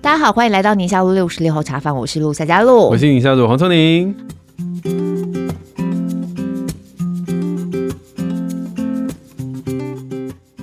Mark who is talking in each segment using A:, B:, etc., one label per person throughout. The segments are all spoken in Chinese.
A: 大家好，欢迎来到宁夏路六十六号茶坊，我是陆夏佳露
B: 我。是宁夏主黄聪宁。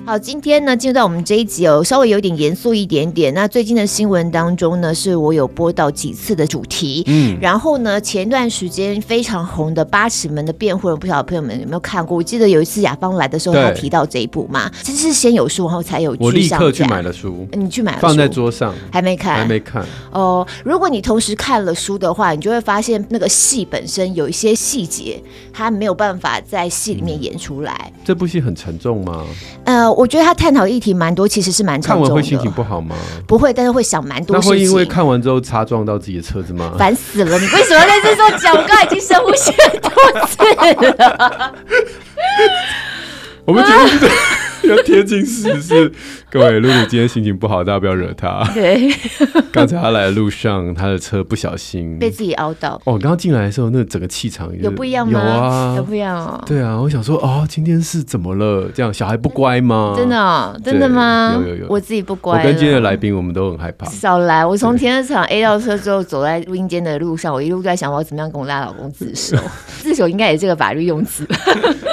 A: 好，今天呢进入到我们这一集哦，稍微有点严肃一点点。那最近的新闻当中呢，是我有播到几次的主题。
B: 嗯，
A: 然后呢，前段时间非常红的《八尺门的辩护人》，不晓得朋友们有没有看过？我记得有一次雅芳来的时候，
B: 对
A: 她提到这一部嘛，其实是先有书，然后才有
B: 我
A: 剧
B: 立
A: 上
B: 刻去
A: 架嗯
B: 买了书，
A: 你去买了
B: 放在
A: 书
B: 桌上，
A: 还没看，
B: 还没看。
A: 哦，如果你同时看了书的话，你就会发现那个戏本身有一些细节，它没有办法在戏里面演出来。
B: 这部戏很沉重吗？
A: 呃，我觉得他探讨议题蛮多，其实是蛮沉
B: 看
A: 重的。
B: 完会心情不好吗？
A: 不会，但是会想蛮多
B: 那
A: 事情。
B: 会因为看完之后擦撞到自己的车子吗？
A: 烦死了！你为什么在这时候讲？我刚才已经深呼吸了多次了。
B: 我们节目是这 要贴近时事。各位，露露今天心情不好，大家不要 惹她。
A: 对，
B: 刚才她来的路上，她的车不小心
A: 被自己熬到，
B: 哦，刚刚进来的时候，那整个气场就是
A: 有不一样
B: 有
A: 吗？
B: 啊
A: 有，不一样哦。
B: 对啊，我想说，哦，今天是怎么了？这样小孩不乖吗？
A: 真的、哦，真的吗？
B: 啊有有有
A: 我自己不
B: 我
A: 乖了。
B: 跟今天的来宾，我们都很害怕。
A: 少来！我从停车场 A 到车之后，走在录音间的路上，我一路在想我要怎么样跟我拉老公自首。 自首应该也是个法律用词吧？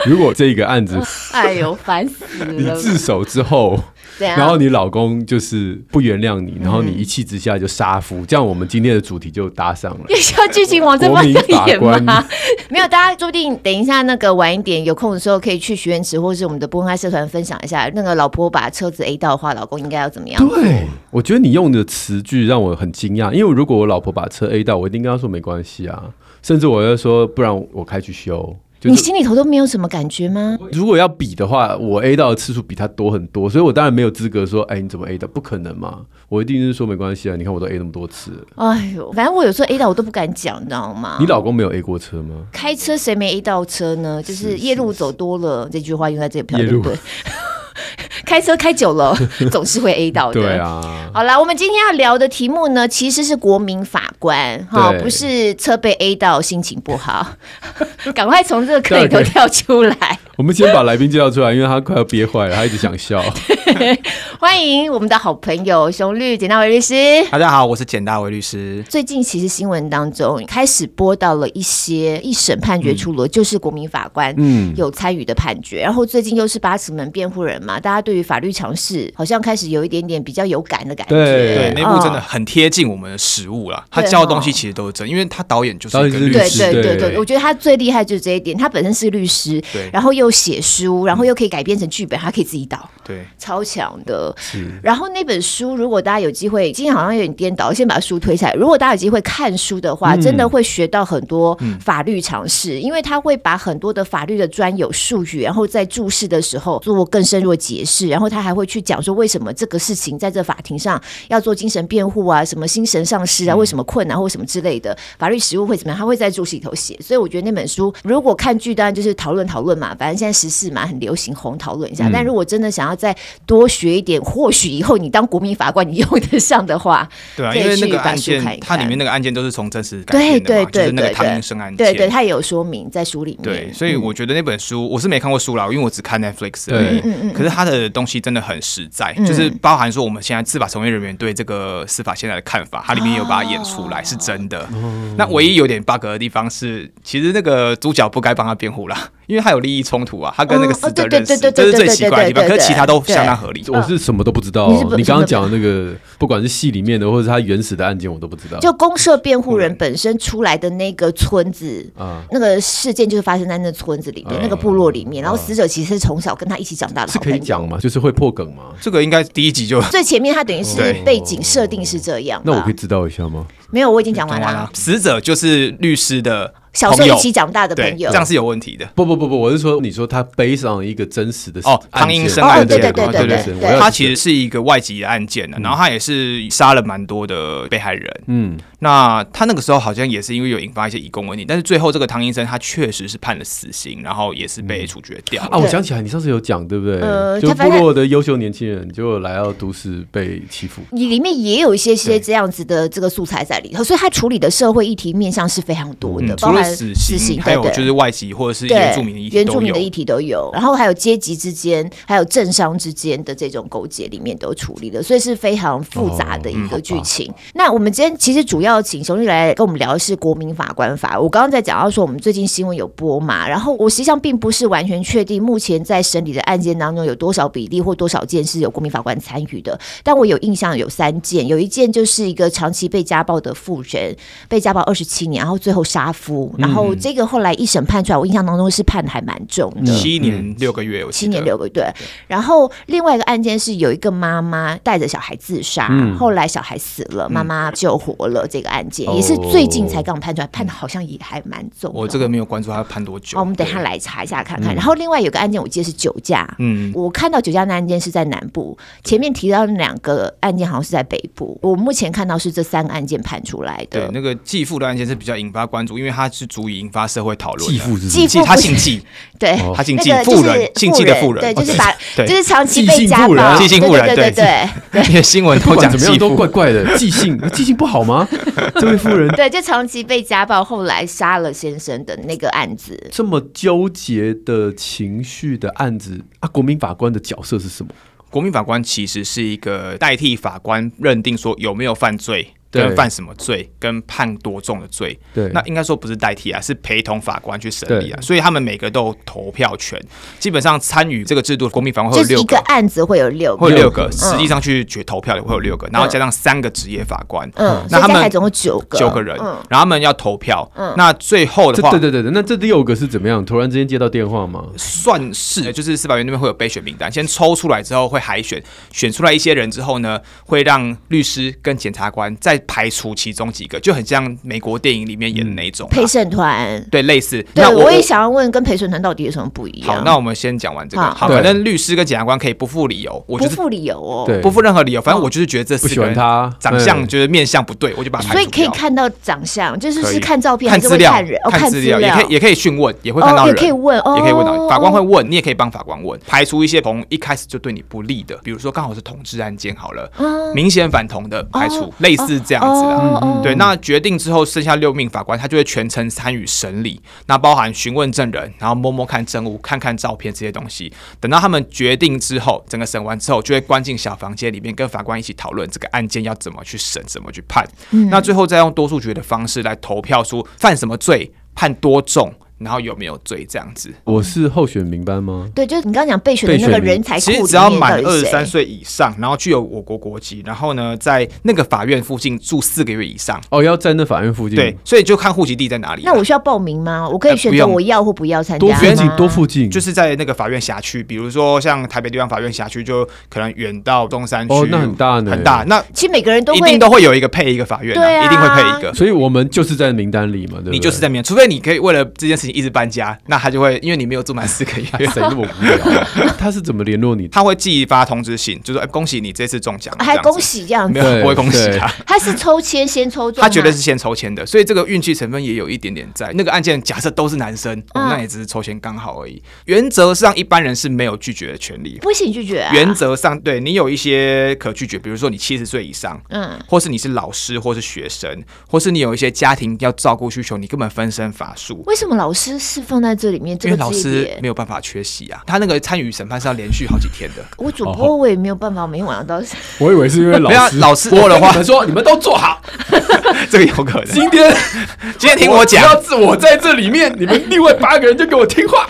B: 如果这个案子
A: 哎呦，烦死
B: 你
A: 了！啊
B: 自首之后，
A: 怎样？
B: 然后你老公就是不原谅
A: 嗯
B: 你，然后你一气之下就杀夫，这样我们今天的主题就搭上了。
A: 你需要剧情往这
B: 国
A: 方
B: 民
A: 向
B: 法
A: 演
B: 官
A: 吗？ 没有，大家说不定等一下那个晚一点有空的时候，可以去许愿池或是我们的不公开社团分享一下，那个老婆把车子 A 到的话，老公应该要怎么样？
B: 对，我觉得你用的词句让我很惊讶，因为如果我老婆把车 A 到，我一定跟她说没关系啊，甚至我要说，不然我开去修。就
A: 你
B: 是
A: 心里头都没有什么感觉吗？
B: 如果要比的话，我 A 到的次数比她多很多，所以我当然没有资格说，哎，你怎么 A 到？不可能嘛！我一定是说没关系啊，你看我都 A 那么多次了，
A: 哎呦，反正我有时候 A 到我都不敢讲，你知道吗？
B: 你老公没有 A 过车吗？
A: 开车谁没 A 到车呢？就是
B: 是
A: 夜路走多了，这句话用在这里比较
B: 夜路
A: 对。 开车开久 了，总是会 A 到的。
B: 对。啊，
A: 好啦，我们今天要聊的题目呢，其实是国民法官哈，
B: 对
A: 不是车被 A 到心情不好， 赶快从这个课里头
B: 对对
A: 跳出 来。
B: 我们先把来宾介绍出来，因为他快要憋坏了，他一直 想笑。
A: 欢迎我们的好朋友熊律简大伟律师。
C: 大家好，我是简大为律师。
A: 最近其实新闻当中开始播到了一些一审判决出炉，就是国民法官
B: 嗯，
A: 有参与的判决。然后最近又是八尺门辩护人嘛，大家对于法律常识好像开始有一点点比较有感的感觉。
B: 对
C: 对，那部真的
A: 嗯。
C: 很贴近我们的实物啦。他
A: 对
C: 教
A: 哦
C: 的东西其实都是真，因为他导演就是
B: 导
C: 一
B: 演
C: 个
B: 是
C: 律
B: 律
A: 对
B: 师
C: 师，
A: 对对
B: 对
A: 对，我觉得他最厉害就是这一点，他本身是律师，
C: 对
A: 然后又写书，然后又可以改编成剧本，他可以自己导，
C: 对
A: 超强的。
B: 是
A: 然后那本书，如果大家有机会，今天好像有点颠倒，先把书推下来。如果大家有机会看书的话，
B: 嗯
A: 真的会学到很多法律常识，因为他会把很多的法律的专有术语，然后在注释的时候做更深入的解释，然后他还会去讲说为什么这个事情在这法庭上要做精神辩护啊，什么精神丧失
C: 嗯
A: 啊，为什么困难或什么之类的，法律实务会怎么样，他会在注释里头写。所以我觉得那本书，如果看剧当然就是讨论讨论嘛，反正现在时事嘛很流行红讨论一
C: 嗯
A: 下。但如果真的想要再多学一点，或许以后你当国民法官你用得上的话，
C: 对啊！
A: 可以
C: 因为那
A: 去
C: 个
A: 把
C: 案
A: 书看一
C: 件，它里
A: 看
C: 面那个案件都是从真实改
A: 对
C: 编的
A: 对
C: 嘛，就
A: 对
C: 是那个
A: 对
C: 汤
A: 对
C: 英生案，
A: 对对，
C: 件。
A: 他也有说明在书里面。
C: 对，所以我觉得那本书我是没看过书啦，因为我只看 Netflix
B: 对
C: 而
A: 嗯
C: 已。可是它的东西真的很实在，就是包含说我们现在司法从业人员对这个司法现在的看法，它里面有把它演出来，是真的。
A: 哦
C: 那唯一有点 bug 的地方是，其实那个主角不该帮他辩护啦， 因为他有利益冲突啊，他跟那个
A: 哦哦
C: 死
A: 对
C: 者
A: 对
C: 认识，
A: 对对
C: 这是
A: 对
C: 最
A: 对
C: 奇怪的地方。
A: 对对
C: 可是其他都
A: 对
C: 相当合理。
B: 我是什么都不知道
A: 你是不
B: 哦。你刚刚讲的那个，不管是戏里面的，或者是他原始的案件，我都不知道。
A: 就公社辩护人本身出来的那个村子，
C: 嗯
B: 啊，
A: 那个事件就是发生在那村子里面、
B: 嗯
A: 那个部落里面，然后
B: 嗯
A: 死者其实是从小跟他一起长大的
B: 是
A: 好朋
B: 可以
A: 友。
B: 讲吗？就是会破梗
A: 啊
B: 吗？
C: 这个应该第一集就
A: 最前面他等于是
C: 对
A: 背景设定是这样吧，
B: 那我可以知道一下吗？
A: 没有，我已经讲完了
C: 完
A: 啊。
C: 了。死者就是律师的
A: 小时候
C: 朋友
A: 一起长大的
C: 对，
A: 朋友
C: 这，样是有问题的。
B: 不不不不，我是说，你说他背上一个真实的
C: 哦
B: 案件
C: 汤
B: 啊
C: 英生
A: 案件
B: 对
A: 哦对对对对对
B: 我要
C: 啊嗯他其实是一个外籍的案件的，然后他也是杀了蛮多的被害人。
B: 嗯，
C: 那他那个时候好像也是因为有引发一些移工问题，但是最后这个汤医生他确实是判了死刑，然后也是被处决掉了。
B: 啊，我想起来，你上次有讲对不对？
A: 呃
B: 就
A: 他
B: 部
A: 反正
B: 落的优秀年轻人，结果来到都市被欺负。
A: 你里面也有一些些
C: 对
A: 这样子的这个素材在里头，所以他处理的社会议题面向是非常多的，
C: 嗯除
A: 包
C: 了
A: 含
C: 死
A: 死
C: 刑，
A: 对
C: 还有
A: 对
C: 就是外籍或者是
A: 对
C: 原住民的议题
A: 原
C: 都
A: 住民的议
C: 有。
A: 题都有，然后还有阶级之间，还有政商之间的这种勾结里面都处理的，所以是非常复杂
B: 哦
A: 的一个剧情。那我们今天其实主要请熊丽来跟我们聊的是国民法官法。我刚刚在讲到说，我们最近新闻有播嘛，然后我实际上并不是完全确定目前在审理的案件当中有多少比例或多少件是有国民法官参与的，但我有印象有三件，有一件就是一个长期被家暴的妇人，被家暴二十七年，然后最后杀夫，然后这个后来一审判出来，我印象当中是判的还蛮重的。
C: 嗯七年六个月，我
A: 嗯
C: 记
A: 七
C: 得
A: 年六个月，对。然后另外一个案件是有一个妈妈带着小孩自杀，
C: 嗯
A: 后来小孩死了，妈妈救活了这个案件，也是最近才刚判出来，判的好像也还蛮重的。哦
C: 哦我这个没有关注他判多久。
A: 好，我们等一下来查一下看看。然后另外有个案件，我记得是酒驾，
C: 嗯，
A: 我看到酒驾那案件是在南部，前面提到的两个案件好像是在北部。我目前看到是这三个案件判出来
C: 对
A: 的，。
C: 那个继父的案件是比较引发关注，因为他是足以引发社会讨论的。
B: 继父是什
A: 继
B: 么
A: 父
C: 继他
A: 不
C: 姓纪，
A: 对，
B: 哦
C: 他姓
A: 那
C: 纪，
A: 个就
C: 妇
A: 是
C: 人姓纪的妇人，
A: 对，
C: 哦
A: 就是把
C: 对
A: 就是长期
B: 寄
A: 被
B: 信
A: 家
B: 妇人
A: 暴，
C: 寄信妇人
A: 对对
C: 对
A: 对对
C: 因为新闻
B: 不
C: 都
B: 管
C: 讲
B: 怎么样
C: 继
B: 都
C: 父
B: 怪，怪的，记性记性不好 吗？这位夫 人
A: 对，就长期被家暴，后来杀了先生的那个案子。
B: 这么纠结的情绪的案子啊，国民法官的角色是什么？
C: 国民法官其实是一个代替法官认定说有没有犯罪。
B: 对
C: 跟犯什么罪，跟判多重的罪，
B: 对
C: 那应该说不是代替啊，是陪同法官去审理啊，
B: 对
C: 所以他们每个都有投票权，基本上参与这个制度，国民法官
A: 就
C: 会有
A: 是
C: 哦六
A: 一
C: 个
A: 个，案子会有六
C: 会
A: 个，
C: 有六个，
A: 嗯
C: 实际上去决投票的会有六个，然后加上三个职业法官，
A: 嗯，所
C: 那
A: 以加
C: 他
A: 起来
C: 们
A: 总共九个，
C: 九个人，
A: 嗯，
C: 然后他们要投票，那最后
B: 这
C: 的话
B: 对对对对，那这六个是怎么样？突然之间接到电话吗？
C: 算
B: 哎
C: 是就是司法院那边会有备选名单，先抽出来之后会海选，选出来一些人之后呢，会让律师跟检察官再排除其中几个，就很像美国电影里面
B: 嗯
C: 演的那一种啊、
A: 陪审团。
C: 对，类似。
A: 对
C: 那，我
A: 我也想要问，跟陪审团到底有什么不一样？
C: 好，那我们先讲完这个。
A: 好
C: 好，
B: 对
C: 反正律师跟检察官可以不附理由，我
A: 不
C: 就是
A: 负理由哦。
B: 对
C: 不附任何理由，反正我就是觉得这
B: 不
C: 四
B: 喜
C: 个
B: 欢
C: 人
B: 他，
C: 长相
B: 嗯
C: 觉得面相不对，我就把他
A: 所
C: 排
A: 以
C: 除
A: 可以
C: 掉。
A: 看到长相，就是
C: 可以
A: 是看照片还
C: 看
A: 是
C: 资
A: 会
C: 料
A: 看人，哦，，
C: 看
A: 资
C: 也可以也可以询问，也会看到
A: 哦，也
C: 人，
A: 可以问，哦，
C: 也可以问到，法官会问，你也可以帮法官问，排除一些从一开始就对你不利的，比如说刚好是同志案件好了，明显反同的排除，类似这样子啦。
A: 嗯哦哦
C: 对，那决定之后，剩下六名法官他就会全程参与审理，那包含询问证人，然后摸摸看证物，看看照片这些东西。等到他们决定之后，整个审完之后，就会关进小房间里面，跟法官一起讨论这个案件要怎么去审，怎么去判。
A: 嗯
C: 那最后再用多数决的方式来投票，说犯什么罪，判多重，然后有没有罪这样子。
B: 我是候选名单吗？
A: 对，就是你刚刚讲备选的那个人才库
C: 其
A: 里
C: 实
A: 面
C: 只要
A: 到底
C: 满二
A: 是
C: 十
A: 谁
C: 三岁以上，然后具有我国国籍，然后呢，在那个法院附近住四个月以上，
B: 哦，要在那法院附近，
C: 对，，所以就看户籍地在哪里。
A: 那我需要报名吗？我可以
C: 呃
A: 选
C: 不
A: 择
C: 用
A: 我要或不要参加
B: 多
A: 吗？
B: 附近，多附近，
C: 就是在那个法院辖区，比如说像台北地方法院辖区，就可能远到中山区，
B: 哦那很大呢
C: 很大。那
A: 其实每个人都
C: 一
A: 会
C: 定都会有一个配一个法院、
A: 对啊
C: 一定会配一个。
B: 所以我们就是在名单里嘛，对不对？
C: 你就 是在面，除非你可以为了这件事情一直搬家，那他就会因为你没有住满四个 月，
B: 哎谁那么无聊？啊 他是怎么联络你？
C: 他会寄发通知信，就说、哎恭喜你这次中奖了，
A: 还
C: 这样子
A: 恭，喜这样
C: 没
A: 子，
C: 有不会恭喜
B: 对
C: 他。
A: 他是抽签先抽中吗，
C: 他绝对是先抽签的，所以这个运气成分也有一点点在。那个案件假设都是男生，哦
A: 嗯
C: 那也只是抽签刚好而已。原则上一般人是没有拒绝的权利。
A: 不行拒绝啊。
C: 原则上，对你有一些可拒绝，比如说你七十岁以上，
A: 嗯，
C: 或是你是老师，或是学生，或是你有一些家庭要照顾需求，你根本分身乏术。
A: 为什么老师是放在这里面这
C: 因为
A: 个
C: 老
A: 级
C: 师
A: 别？
C: 没有办法缺席啊，他那个参与审判是要连续好几天的。
A: 我主
C: 哦
A: 播我也没有办法，每天晚上都是
B: 我以为是因为老
C: 没有啊
B: 师
C: 老师
B: 播的
C: 我跟
B: 话，
C: 你
B: 们说你们都做 好，
C: 这个有可能。
B: 今天
C: 今天听我讲，
B: 只要我在这里面，你们另外八个人就给我听话。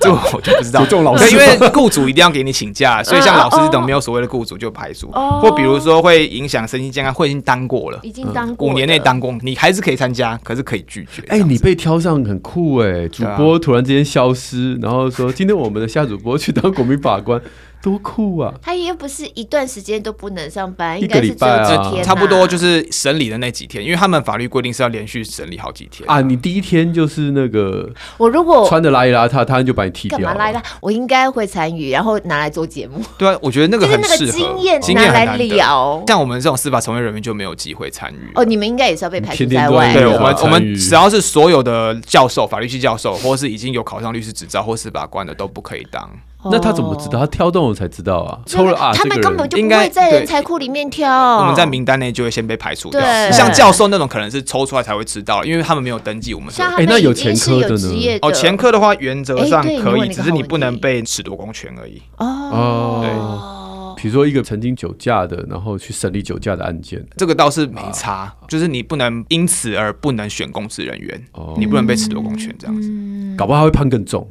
C: 这我 就不知道。
B: 诅咒老师
C: 对因为雇主一定要给你 请假，所以像老师这种没有所谓的雇主就排除，
A: 哦
C: 或比如说会影响身心健康，会已经当过了，
A: 已经当过
C: 嗯五年内
A: 了
C: 当过，你还是可以参加，可是可以拒绝。
B: 哎、你被挑上很酷哎、主
C: 啊
B: 播突然之间消失，然后说今天我们的夏主播去当国民法官，多酷啊！
A: 他也不是一段时间都不能上班，
B: 一
A: 应
B: 个
A: 该
B: 礼
A: 是只
B: 拜
A: 有
B: 啊
A: 哦几天、
C: 呃差不多就。是审理的那几天，因为他们法律规定是要连续审理好几天
B: 啊，你第一天就是那个
A: 我如果
B: 穿的邋里邋遢，他就把你剃掉
A: 哦
B: 啊
A: 干
B: 了。
A: 嘛来啦？我应该会参与，然后拿来做节目，
C: 对啊，我觉得那个
A: 就是
C: 很
A: 那
C: 适
A: 个
C: 合，
A: 经验
C: 经
A: 拿
C: 验很
A: 来
C: 难得
A: 聊。
C: 像我们这种司法从业人员就没有机会参与。
A: 哦，你们应该也是要被排除
B: 嗯天天
A: 在
B: 都在啊
A: 外的。
C: 对
B: 没有
C: 我们，
B: 参与
C: 我们只要是所有的教授、法律系教授，或是已经有考上律师执照或司法官的，都不可以当。
B: 那他怎么知道？他挑动了才知道啊，
A: 哦因
B: 抽
A: 为
B: 了啊，
A: 他们
B: 这个
A: 根
B: 人
A: 本就
C: 应
A: 不
C: 该
A: 会在
C: 对
A: 人才库里面挑。
C: 我们在名单内就会先被排除掉。
A: 嗯对
C: 像教授那种可能是抽出来才会知道，因为他们没有登记，我们是
A: 像他
B: 哎
A: 们
B: 那有
A: 已经
B: 前
A: 是
B: 科
A: 有
B: 的
A: 职
B: 呢
A: 业
C: 哦，前科的话原则上
A: 哎对你
C: 可
A: 问
C: 以，
A: 了一
C: 只
A: 个
C: 是
A: 好
C: 你
A: 问
C: 不能
A: 题
C: 被褫夺公权而已。
B: 哦。比如说一个曾经酒驾的，然后去审理酒驾的案件，
C: 这个倒是没差，
B: 啊
C: 就是你不能因此而不能选公职人员，
B: 哦
C: 你不能被褫夺公权这样子。
A: 嗯
B: 搞不好他会判更重。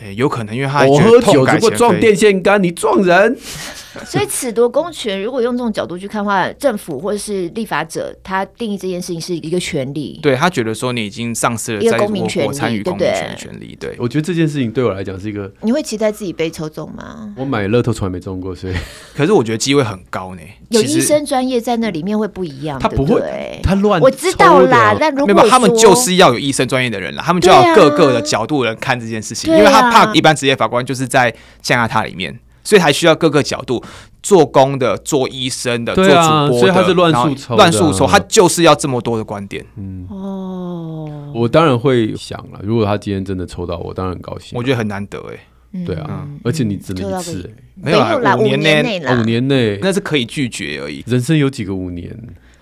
C: 诶，有可能因为他
B: 我
C: 觉得
B: 喝
C: 痛
B: 酒
C: 改
B: 只不过
C: 前
B: 撞
C: 非
B: 电线杆，你撞人，
A: 所以褫夺公权，如果用这种角度去看的话，政府或者是立法者，他定义这件事情是一个权利。
C: 对他觉得说你已经丧失了
A: 一个
C: 在
A: 公民
C: 我
A: 权
C: 国
A: 利
C: 参与
A: 对
C: 公
A: 不
C: 民权的
A: 对
C: 权利，对。
B: 我觉得这件事情对我来讲是一个，
A: 你会期待自己被抽中吗？
B: 我买乐透从来没中过，所以
A: 嗯
C: 可是我觉得机会很高呢。
A: 有
C: 其实
A: 医生专业在那里面会不一样，
B: 他
A: 对不
B: 不会
A: 对，
B: 他乱
A: 我知道啦
B: 抽，的啊
A: 但如
C: 没
A: 果
C: 有，他们
A: 说
C: 就是要有医生专业的人啦，他们就
A: 对
C: 要
A: 啊
C: 有各个的角度人看这件事情，
A: 对啊
C: 因为他怕一般职业法官就是在象牙塔里面，所以还需要各个角度。做工的、做医生的、做
B: 对啊
C: 主播的，
B: 所以他是乱
C: 然后
B: 数抽的
C: 乱数抽，他就是要这么多的观点。
A: 哦，
B: 我当然会想了。如果他今天真的抽到我，当然很高兴。
C: 我觉得很难得哎、
B: 对啊，而且你只
A: 抽
B: 能
A: 到
B: 一次、
C: 没有
A: 啦，
C: 五
A: 五
C: 年
A: 年内
C: 内
A: 啦
B: 啊哦五。年内，
C: 那是可以拒 绝而已。
B: 人生有几个五年？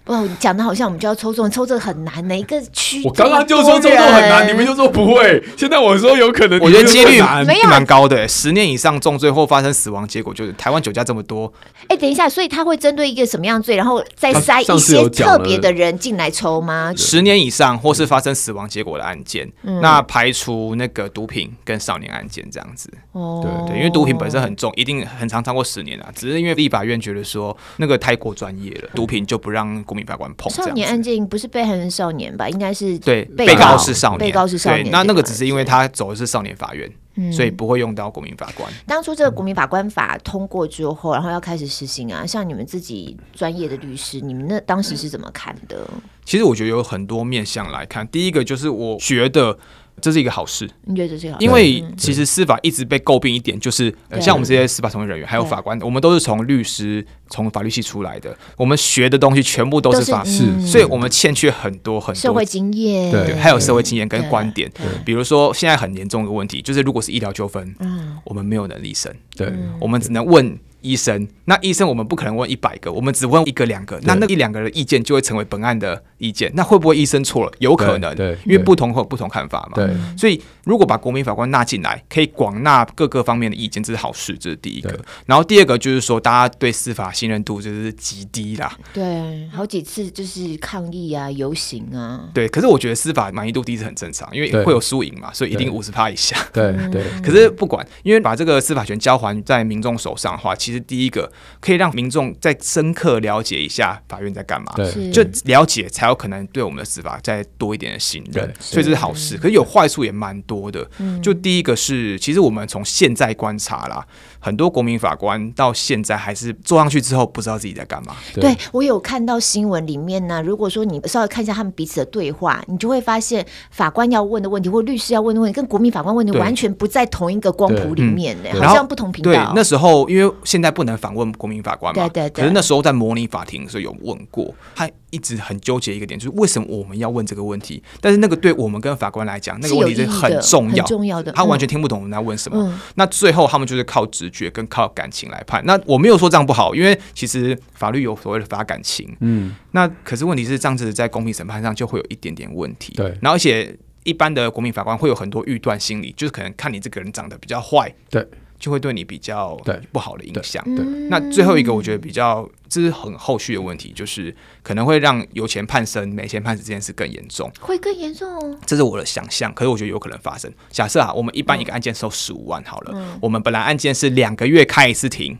A: 哇，你讲的好像我们就要抽中，抽这个很难呢。一个区
B: 我刚刚就说中
A: 这
B: 中
A: 么多
B: 很难，
A: 人
B: 你们就说不会。现在我说有可能，
C: 我觉得几率
B: 难。
A: 没有
C: 蛮高的、欸，十年以上中最后发生死亡结果就是台湾酒驾这么多，
A: 哎、等一下，所以他会针对一个什么样罪，然后再
B: 他
A: 塞
B: 上
A: 一
B: 次
A: 些
B: 有讲了
A: 特别的人进来抽吗？
C: 十年以上或是发生死亡结果的案件，
A: 嗯
C: 那排除那个毒品跟少年案件这样子。
A: 哦，
C: 对，因为毒品本身很重，一定很长超过十年啊。只是因为立法院觉得说那个太过专业了，毒品就不让公民法官碰这
A: 少年
C: 样
A: 案
C: 子。
A: 件不是被害人少年吧？应该是
C: 对，
A: 被
C: 被
A: 告
C: 是少年，
A: 被告是少年
C: 对，那那个只
A: 对嗯
C: 是因为他走的是少年法院，所以不会用到公民法官。
A: 当初这个国民法官法通过之后，然后要开始实行啊。像你们自己专业的律师，你们那当时是怎么看的？
C: 其实我觉得有很多面向来看，第一个就是我觉得这是一个好事，
A: 你觉得这是好？
C: 因为其实司法一直被诟病一点，就是、呃
A: 对
C: 像我们这些司法从业人员还有法官，我们都是从律师、从法律系出来的，我们学的东西全部都
A: 都
C: 是法律，
B: 是
A: 嗯
C: 所以我们欠缺很多很
A: 社
C: 多
A: 会。经验，
B: 对
C: 对，还有社会经验跟观点
A: 对对，
C: 比如说现在很严重的问题，就是如果是医疗纠纷，
A: 嗯
C: 我们没有能力审，
B: 对，
C: 我们只能问医生。那医生我们不可能问一百个，我们只问一个两个。那那一两个人的意见就会成为本案的意见。那会不会医生错了？有可能，
B: 对对
C: 因为
B: 对
C: 不同会有不同看法嘛。
B: 对，
C: 所以，如果把国民法官纳进来，可以广纳各个方面的意见，这是好事，这是第一个
B: 对。
C: 然后第二个就是说，大家对司法信任度就是极低啦。
A: 对，好几次就是抗议啊、游行啊，
C: 对，可是我觉得司法满意度低是很正常，因为
B: 对
C: 会有输赢嘛，所以一定
B: 对
C: 五十趴以下。
B: 对，对，
C: 可是不管，因为把这个司法权交还在民众手上的话，其实第一个可以让民众再深刻了解一下法院在干嘛。
B: 对，
A: 是
C: 就了解才有可能对我们的司法再多一点的信
B: 对，
C: 任
B: 嗯
C: 所以这是好事。可是有坏处也蛮多的。就第一个是，其实我们从现在观察啦，很多国民法官到现在还是坐上去之后不知道自己在干嘛。
A: 对我有看到新闻里面呢、如果说你稍微看一下他们彼此的对话，你就会发现法官要问的问题或律师要问的问题，跟国民法官问的
C: 对嗯
A: 完全不在同一个光谱里面呢、
B: 对
A: 好像不同频
C: 对
A: 道。
C: 那时候，因为现在不能访问国民法官嘛，
A: 对对对
C: 可是那时候在模拟法庭，所以有问过，他一直很纠结一个点，就是为什么我们要问这个问题？但是那个对我们跟法官来讲，那个
A: 是有
C: 问题是
A: 意义的
C: 很重要，
A: 很重要的
C: 他完
A: 嗯
C: 全听不懂我们在问什么。
A: 嗯
C: 那最后他们就是靠直觉跟靠感情来判。那我没有说这样不好，因为其实法律有所谓的法感情，
B: 嗯，
C: 那可是问题是，这样子在公平审判上就会有一点点问题。
B: 对
C: 然后而且一般的国民法官会有很多预断心理，就是可能看你这个人长得比较坏，
B: 对，
C: 就会对你比较
B: 对
C: 不好的影响。
B: 对
C: 那最后一个，我觉得比较这是很后续的问题，就是可能会让有钱判生、没钱判死这件事更严重。
A: 会更严重哦。
C: 这是我的想象，可是我觉得有可能发生。假设啊，我们一般一个案件收十五万好了，我们本来案件是两个月开一次庭，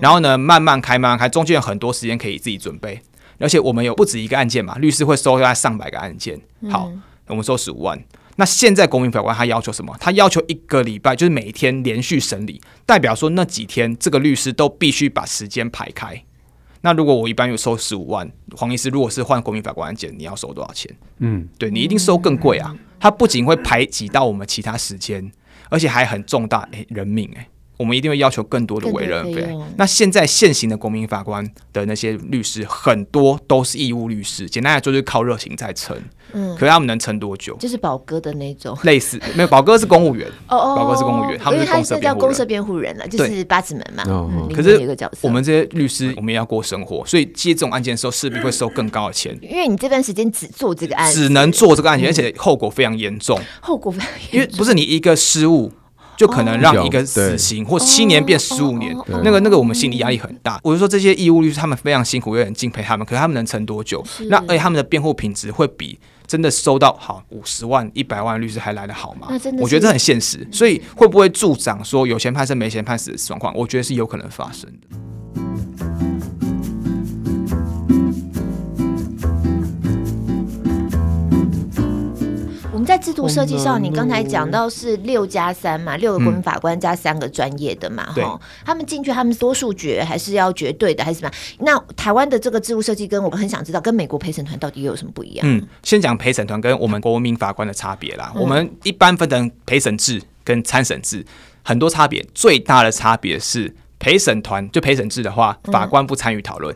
C: 然后呢慢慢开慢慢开，中间有很多时间可以自己准备，而且我们有不止一个案件嘛，律师会收大概上百个案件，好，我们收十五万。那现在国民法官他要求什么？他要求一个礼拜，就是每一天连续审理，代表说那几天这个律师都必须把时间排开。那如果我一般有收十五万，黄医师如果是换国民法官案件，你要收多少钱？
B: 嗯，
C: 对你一定收更贵啊！它不仅会排挤到我们其他时间，而且还很重大诶、人命诶、我们一定会要求更多的委任
A: 更多
C: 费
A: 费用。
C: 那现在现行的国民法官的那些律师，很多都是义务律师，简单来说就是靠热情在撑。
A: 嗯
C: 可是他们能撑多久？
A: 就是宝哥的那种。
C: 类似没有，宝哥是公务员，
A: 哦哦，
C: 宝哥是公务员他
A: 因
C: 们
A: 为
C: 是
A: 他
C: 公社
A: 现在叫
C: 辩护人
A: 公社辩护人了，就是八子门嘛，
B: 哦
A: 嗯，
C: 可
A: 里面
C: 是
A: 有一个角色。
C: 我们这些律师，我们也要过生活，所以接这种案件的时候，势必会收更高的钱，
A: 因为你这段时间只做这个案子，嗯
C: 只能做这个案件，而且后果非常严重。
A: 后果非常
C: 因为不是你一个失误。就可能让一个死刑或七年变十五年
A: 哦，嗯
B: 哦
C: 那个那个我们心理压力很大。我就说这些义务律师他们非常辛苦，我也很敬佩他们，可是他们能撑多久？那而且他们的辩护品质会比真的收到好五十万、一百万的律师还来得好吗
A: 那真的？是
C: 我觉得这很现实，所以会不会助长说有钱判生没钱判死的状况？我觉得是有可能发生的。
A: 我们在制度设计
B: 好
A: 上，
B: 难哦
A: 你刚才讲到是六加三嘛，六个国民法官加三个专业的嘛，
C: 对
A: 哈、他们进去他们多数决还是要绝对的，还是什么？那台湾的这个制度设计跟我们很想知道，跟美国陪审团到底又有什么不一样？
C: 嗯，先讲陪审团跟我们国民法官的差别啦。我们一般分成陪审制跟参审制，很多差别。最大的差别是陪审团，就陪审制的话，法官不参与讨论，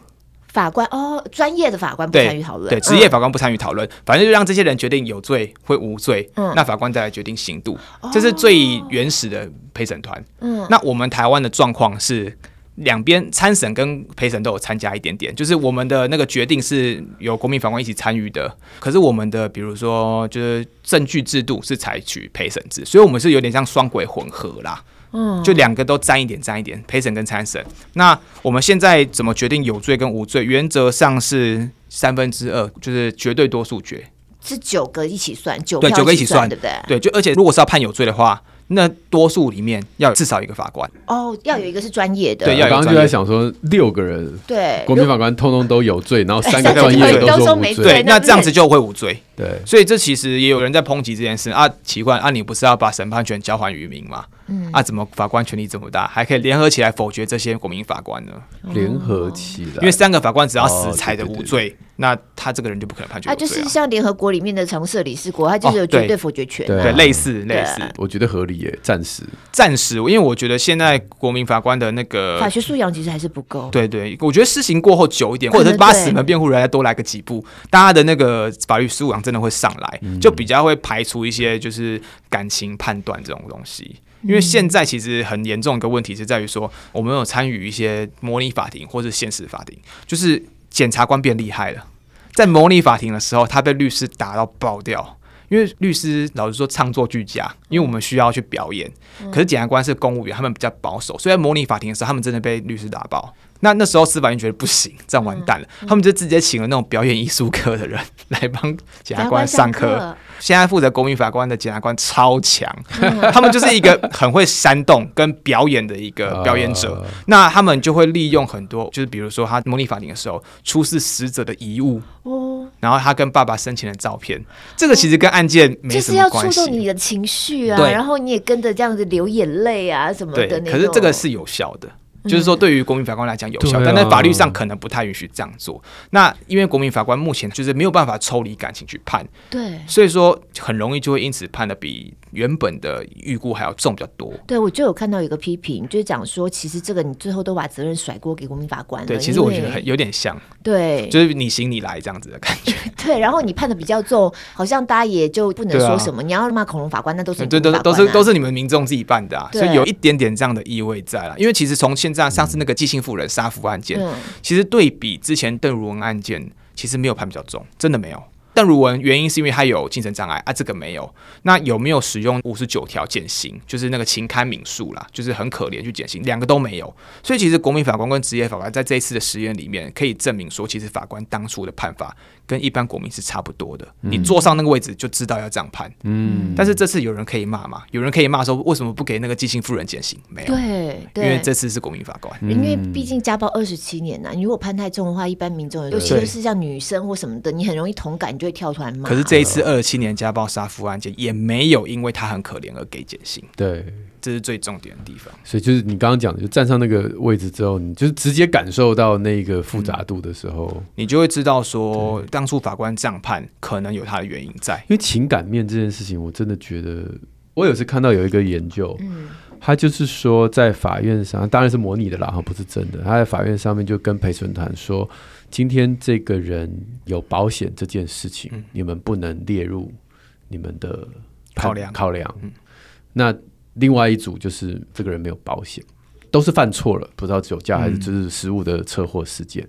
A: 法官哦，专业的法官不参与哦
C: 对
A: 讨论，嗯
C: 对，职业法官不参与讨论，反正就让这些人决定有罪或无罪，
A: 嗯哦
C: 那法官再来决定刑度，这是最原始的陪审团。
A: 嗯，
C: 那我们台湾的状况是。两边参审跟陪审都有参加一点点，就是我们的那个决定是由国民法官一起参与的，可是我们的比如说就是证据制度是采取陪审制，所以我们是有点像双轨混合啦，
A: 嗯，
C: 就两个都沾一点沾一点，陪审跟参审。那我们现在怎么决定有罪跟无罪？原则上是三分之二，就是绝对多数决，
A: 是九个一起算，九
C: 对
A: 票
C: 九个一
A: 起
C: 起算
A: 对不对？
C: 对，就而且如果是要判有罪的话，那多数里面要有至少一个法官，
A: 哦，要有一个是专业的，
C: 对要
B: 我
C: 有
B: 刚刚就在想说，六个人
A: 对
B: 国民法官通通都有罪，然后三个
C: 三个
B: 专业
C: 都
B: 都说
A: 说
B: 无
A: 没
B: 罪
A: 罪，
C: 对，那这样子就会无罪。
B: 对，
C: 所以这其实也有人在抨击这件事啊，奇怪啊，你不是要把审判权交还于民吗？嗯，啊，怎么法官权力这么大，还可以联合起来否决这些国民法官呢？
B: 联合起来，
C: 哦因为三个法官只要死
B: 哦
C: 裁
B: 对
C: 的
B: 对
C: 无
B: 对
C: 罪，那他这个人就不可能判决
A: 啊，
C: 有
A: 就是
C: 罪啊。
A: 像联合国里面的常设理事国，它就是有
C: 哦对
A: 绝对否决权、
B: 对
C: 对，
B: 啊
C: 类似类似
A: 对，
B: 我觉得合理耶，暂时
C: 暂时，因为我觉得现在国民法官的那个
A: 法学素养其实还是不够。
C: 对对，我觉得施行过后久一点，
A: 对
C: 或
A: 嗯
C: 者
A: 对
C: 是
A: 对
C: 八十门辩护人再多来个几步，大家的那个法律素养真的会上来，就比较会排除一些就是感情判断这种东西。
A: 嗯
C: 因为现在其实很严重一个问题是在于说，我们有参与一些模拟法庭或是现实法庭，就是检察官变厉害了，在模拟法庭的时候，他被律师打到爆掉。因为律师老实说唱作俱佳，因为我们需要去表演。可是检察官是公务员，他们比较保守，所以在模拟法庭的时候，他们真的被律师打爆。那那时候司法院觉得不行，这样完蛋了，他们就直接请了那种表演艺术科的人来帮检察官上
A: 法官
C: 课。现在负责国民法官的检察官超强，他们就是一个很会煽动跟表演的一个表演者。
B: 呃
C: 那他们就会利用很多，就是比如说他模拟法庭的时候出示死者的遗物，
A: 哦，
C: 然后他跟爸爸生前的照片，这个其实跟案件
A: 哦
C: 没
A: 就
C: 什
A: 是要
C: 么
A: 触
C: 关
A: 动你
C: 系。
A: 的情绪啊，
C: 对
A: 然后你也跟着这样子流眼泪啊什么
C: 对
A: 的，那种。嗯
C: 可是这个是有效的。就是说，对于国民法官来讲有
B: 对
C: 效，
B: 啊
C: 但在法律上可能不太允许这样做。那因为国民法官目前就是没有办法抽离感情去判，
A: 对。
C: 所以说很容易就会因此判的比原本的预估还要重比较多。
A: 对，我就有看到有一个批评，就是讲说，其实这个你最后都把责任甩锅给国民法官了。
C: 对，其实
A: 因
C: 我
A: 为
C: 觉得很有点像，
A: 对
C: 就是你行你来这样子的感觉。
A: 对，然后你判的比较重，好像大家也就不能
C: 对啊
A: 说什么。你要骂恐龙法官，那都是你
C: 嗯对，
A: 国
C: 都
A: 民法
C: 都
A: 官
C: 是
A: 啊
C: 都是你们民众自己办的啊，
A: 对
C: 所以有一点点这样的意味在啦。因为其实从现在上次那个季姓妇人杀夫案件，
A: 嗯
C: 其实对比之前邓如文案件，其实没有判比较重，真的没有。邓如文原因是因为他有精神障碍啊，这个没有。那有没有使用五十九条减刑，就是那个情堪敏恕啦，就是很可怜去减刑，两个都没有。所以其实国民法官跟职业法官在这一次的实验里面，可以证明说，其实法官当初的判法跟一般国民是差不多的。你坐上那个位置就知道要这样判。
B: 嗯，
C: 但是这次有人可以骂嘛？有人可以骂说为什么不给那个即兴妇人减刑？没有，
A: 对
C: 因为
A: 对。
C: 这次是国民法
B: 嗯
C: 官。
A: 因为毕竟家暴二十七年呐、你如果判太重的话，一般民众尤其
C: 对
A: 就是像女生或什么的，你很容易同感，你就会会跳团吗？
C: 可是这一次二十七年家暴杀夫案件也没有因为他很可怜而给减刑，
B: 对，
C: 这是最重点的地方。
B: 所以就是你刚刚讲的，就站上那个位置之后，你就是直接感受到那个复杂度的时候，
C: 你就会知道说，当初法官这样判可能有他的原因在。
B: 因为情感面这件事情，我真的觉得，我有次看到有一个研究，他就是说在法院上，当然是模拟的啦，哈，不是真的。他在法院上面就跟陪审团说，今天这个人有保险这件事情，你们不能列入你们的
C: 考量
B: 考量。那另外一组就是这个人没有保险，都是犯错了，不知道酒驾还是就是失误的车祸事件。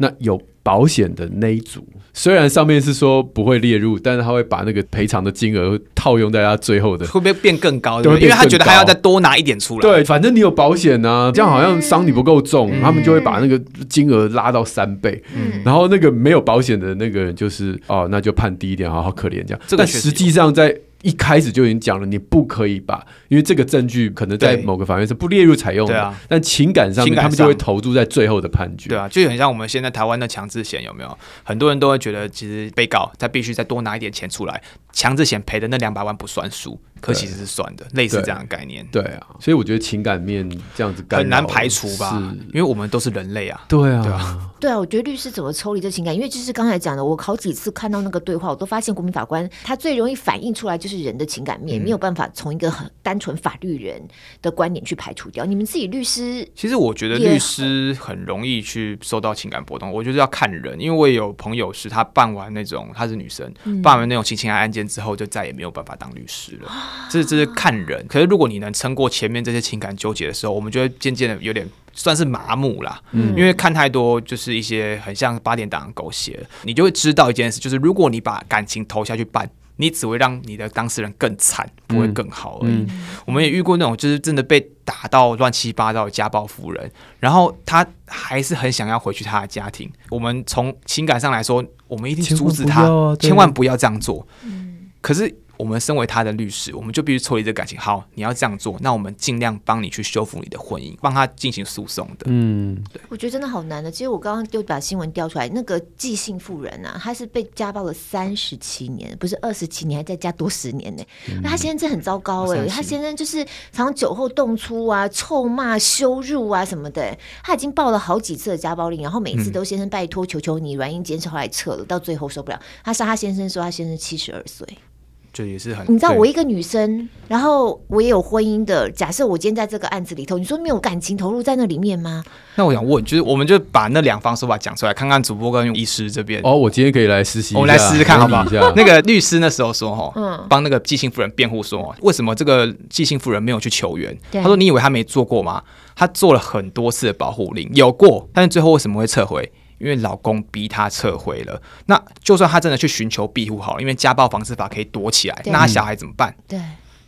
B: 那有保险的那一组，虽然上面是说不会列入，但是他会把那个赔偿的金额套用在他最后的。
C: 会不会变更高？
B: 对
C: 对不对因为
B: 会变
C: 他觉得
B: 更
C: 他要
B: 高
C: 再多拿一点出来。
B: 对，反正你有保险啊，这样好像伤你不够重，
C: 嗯
B: 他们就会把那个金额拉到三倍。然后那个没有保险的那个人就是哦，那就判低一点，好好可怜这样。
C: 这个
B: 但
C: 确实
B: 实际上在一开始就已经讲了，你不可以把，因为这个证据可能在
C: 对
B: 某个法院是不列入采用的，
C: 对啊
B: 但情感上面
C: 情感
B: 他们就会
C: 上
B: 投注在最后的判决。
C: 对啊，就很像我们现在台湾的强制险有没有？很多人都会觉得，其实被告他必须再多拿一点钱出来，强制险赔的那两百万不算数，可
B: 对
C: 其实是算的，类似
B: 对
C: 这样的概念，
B: 对啊，所以我觉得情感面这样子干
C: 很难
B: 扰
C: 排除吧？
B: 是
C: 因为我们都是人类啊。
B: 对啊，
C: 对
A: 对啊，我觉得律师怎么抽离这情感？因为就是刚才讲的，我好几次看到那个对话，我都发现国民法官他最容易反映出来就是人的情感
C: 嗯
A: 面，没有办法从一个很单纯法律人的观点去排除掉。你们自己律师，
C: 其实我觉得
A: 也
C: 律师很容易去受到情感波动，我觉得要看人，因为我也有朋友是她办完那种，她是女生，办完那种性侵害案件之后，就再也没有办法当律师了。这这是看人，可是如果你能撑过前面这些情感纠结的时候，我们就会渐渐的有点算是麻木啦，
B: 嗯
C: 因为看太多就是一些很像八点档的狗血，你就会知道一件事，就是如果你把感情投下去办。你只会让你的当事人更惨，不会
B: 嗯
C: 更好而已。我们也遇过那种就是真的被打到乱七八糟的家暴妇人，然后他还是很想要回去他的家庭。我们从情感上来说，我们一定
B: 千万
C: 阻止
B: 不
C: 他，
B: 要啊对
C: 千万不要这样做。可是我们身为他的律师，我们就必须抽离这个感情。好，你要这样做，那我们尽量帮你去修复你的婚姻，帮他进行诉讼的。
B: 嗯，
A: 我觉得真的好难的。啊其实我刚刚就把新闻调出来，那个即兴妇人啊，她是被家暴了三十七年，不是二十七年，还再加多十年呢、那她先生真的很糟糕哎、
C: 37
A: 她先生就是常常酒后动粗啊、臭骂、羞辱啊什么的、她已经报了好几次的家暴令，然后每次都先生拜托求求你，软硬兼施，后来撤了，到最后受不了，她杀她先生说她先生七十二岁。
C: 就也是很，
A: 你知道我
C: 对
A: 一个女生，然后我也有婚姻的，假设我今天在这个案子里头，你说没有感情投入在那里面吗？
C: 那我想问，就是我们就把那两方说法讲出来，看看主播跟医师这边。
B: 哦，我今天可以来实习一下，
C: 我们来试试看好不好
B: 模拟一下？
C: 那个律师那时候说，哈，
A: 嗯
C: 帮那个寄信妇人辩护说，哦为什么这个寄信妇人没有去求援？
A: 对
C: 他说，你以为他没做过吗？他做了很多次的保护令，有过，但是最后为什么会撤回？因为老公逼她撤回了。那就算她真的去寻求庇护好了，因为家暴防治法可以躲起来，
A: 对
C: 那她小孩怎么办？
A: 对。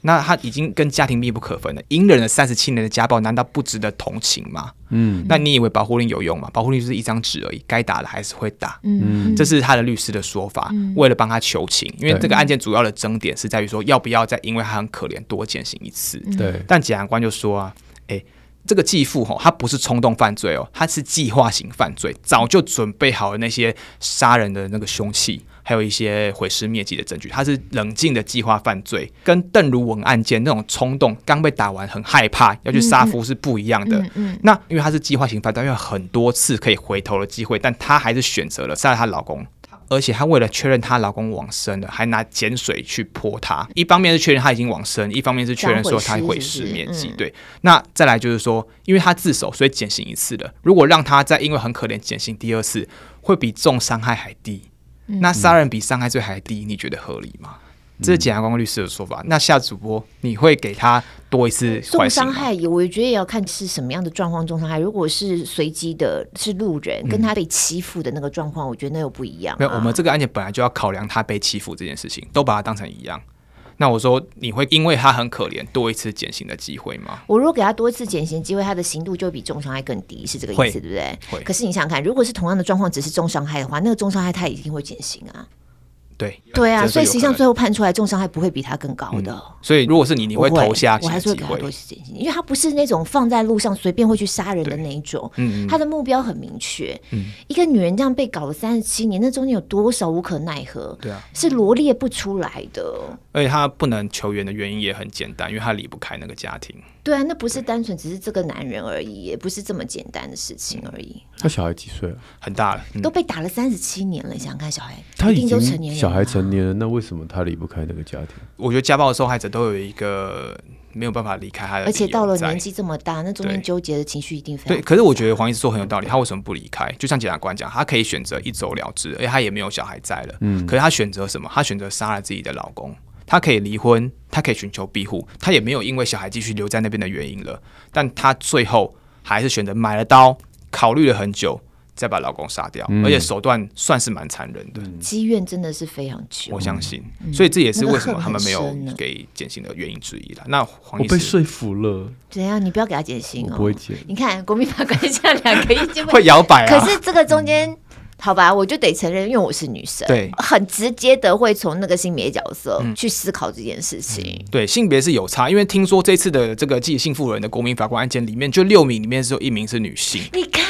C: 那她已经跟家庭密不可分了，隐忍了三十七年的家暴，难道不值得同情吗？
B: 嗯，
C: 那你以为保护令有用吗？保护令就是一张纸而已，该打的还是会打。
A: 嗯，
C: 这是他的律师的说法，为了帮他求情，因为
B: 对
C: 这个案件主要的争点是在于说要不要再因为他很可怜多减刑一次。
B: 对，
C: 但检察官就说啊，诶，这个继父吼，他不是冲动犯罪哦，他是计划型犯罪，早就准备好了那些杀人的那个凶器，还有一些毁尸灭迹的证据，他是冷静的计划犯罪，跟邓如文案件那种冲动刚被打完很害怕要去杀夫是不一样的。
A: 嗯嗯，
C: 那因为她是计划型犯罪，她有很多次可以回头的机会，但她还是选择了杀了她老公。而且她为了确认她老公往生了，还拿碱水去泼他。一方面是确认他已经往生，一方面是确认说他毁尸
A: 这
C: 灭
A: 样毁尸是嗯
C: 迹。
A: 不是
C: 对，那再来就是说，因为他自首，所以减刑一次了。如果让他再因为很可怜减刑第二次，会比重伤害还低。
A: 嗯
C: 那杀人比伤害罪还低，你觉得合理吗？这是检察官律师的说法。那夏主播，你会给他多一次
A: 重
C: 缓刑
A: 伤
C: 吗？
A: 害也，我觉得也要看是什么样的状况重伤害。如果是随机的，是路人跟他被欺负的那个状况，我觉得那又不一样、啊。
C: 嗯没有，我们这个案件本来就要考量他被欺负这件事情，都把它当成一样。那我说，你会因为他很可怜多一次减刑的机会吗？
A: 我如果给他多一次减刑机会，他的刑度就会比重伤害更低，是这个意
C: 会
A: 思，对不对
C: 会？
A: 可是你想想看，如果是同样的状况，只是重伤害的话，那个重伤害他一定会减刑啊。
C: 对
A: 对啊，所以实际上最
C: 后，
A: 后判出来重伤害不会比他更高的。
C: 所以如果是你，你
A: 不
C: 会投下
A: 我
C: 几
A: 还
C: 个
A: 是会
C: 机
A: 给他多
C: 会？
A: 时间，因为他不是那种放在路上随便会去杀人的
C: 对
A: 那一种，
C: 嗯
A: 他的目标很明确。一个女人这样被搞了三十七年，那中间有多少无可奈何？
C: 对啊，
A: 是罗列不出来的。
C: 而且啊他不能求援的原因也很简单，因为他离不开那个家庭。
A: 对啊，那不是单纯只是这个男人而已，也不是这么简单的事情而已。
B: 他小孩几岁啊？
C: 很大了，嗯
A: 都被打了三十七年了，你想想看，小孩
B: 他
A: 一
B: 已
A: 定都成
B: 经
A: 年人了
B: 小孩
A: 啊
B: 成年了，那为什么他离不开那个家庭？
C: 我觉得家暴的受害者都有一个没有办法离开他的理由
A: 而
C: 在，
A: 且到了年纪这么大，那中间
C: 对
A: 纠结的情绪一定非常
C: 对，可是我觉得黄医师说很有道理，他为什么不离开？就像检察官讲，他可以选择一走了之，而且他也没有小孩在了。嗯，可是他选择什么？他选择杀了自己的老公，他可以离婚，他可以寻求庇护，他也没有因为小孩继续留在那边的原因了。但他最后还是选择买了刀，考虑了很久，再把老公杀掉，
A: 嗯
C: 而且手段算是蛮残忍的。
A: 积怨真的是非常久
C: 我。相信，所以这也是为什
A: 嗯那个
C: 么
A: 恨
C: 他们没有
A: 很深啊呢
C: 给减刑的原因之一了。那黄
B: 我
C: 医
B: 被
C: 师
B: 说服了，
A: 怎样？你不要给他减薪
B: 我
A: 哦。
B: 不会减
A: 你看国民法官现在两个意见不
C: 会摇摆啊，
A: 可是这个中间，好吧，我就得承认，因为我是女生，
C: 对嗯
A: 很直接的会从那个性别角色去思考这件事情。
C: 对，性别是有差，因为听说这次的这个寄性妇人的国民法官案件里面，就六名里面只有一名是女性。
A: 你看，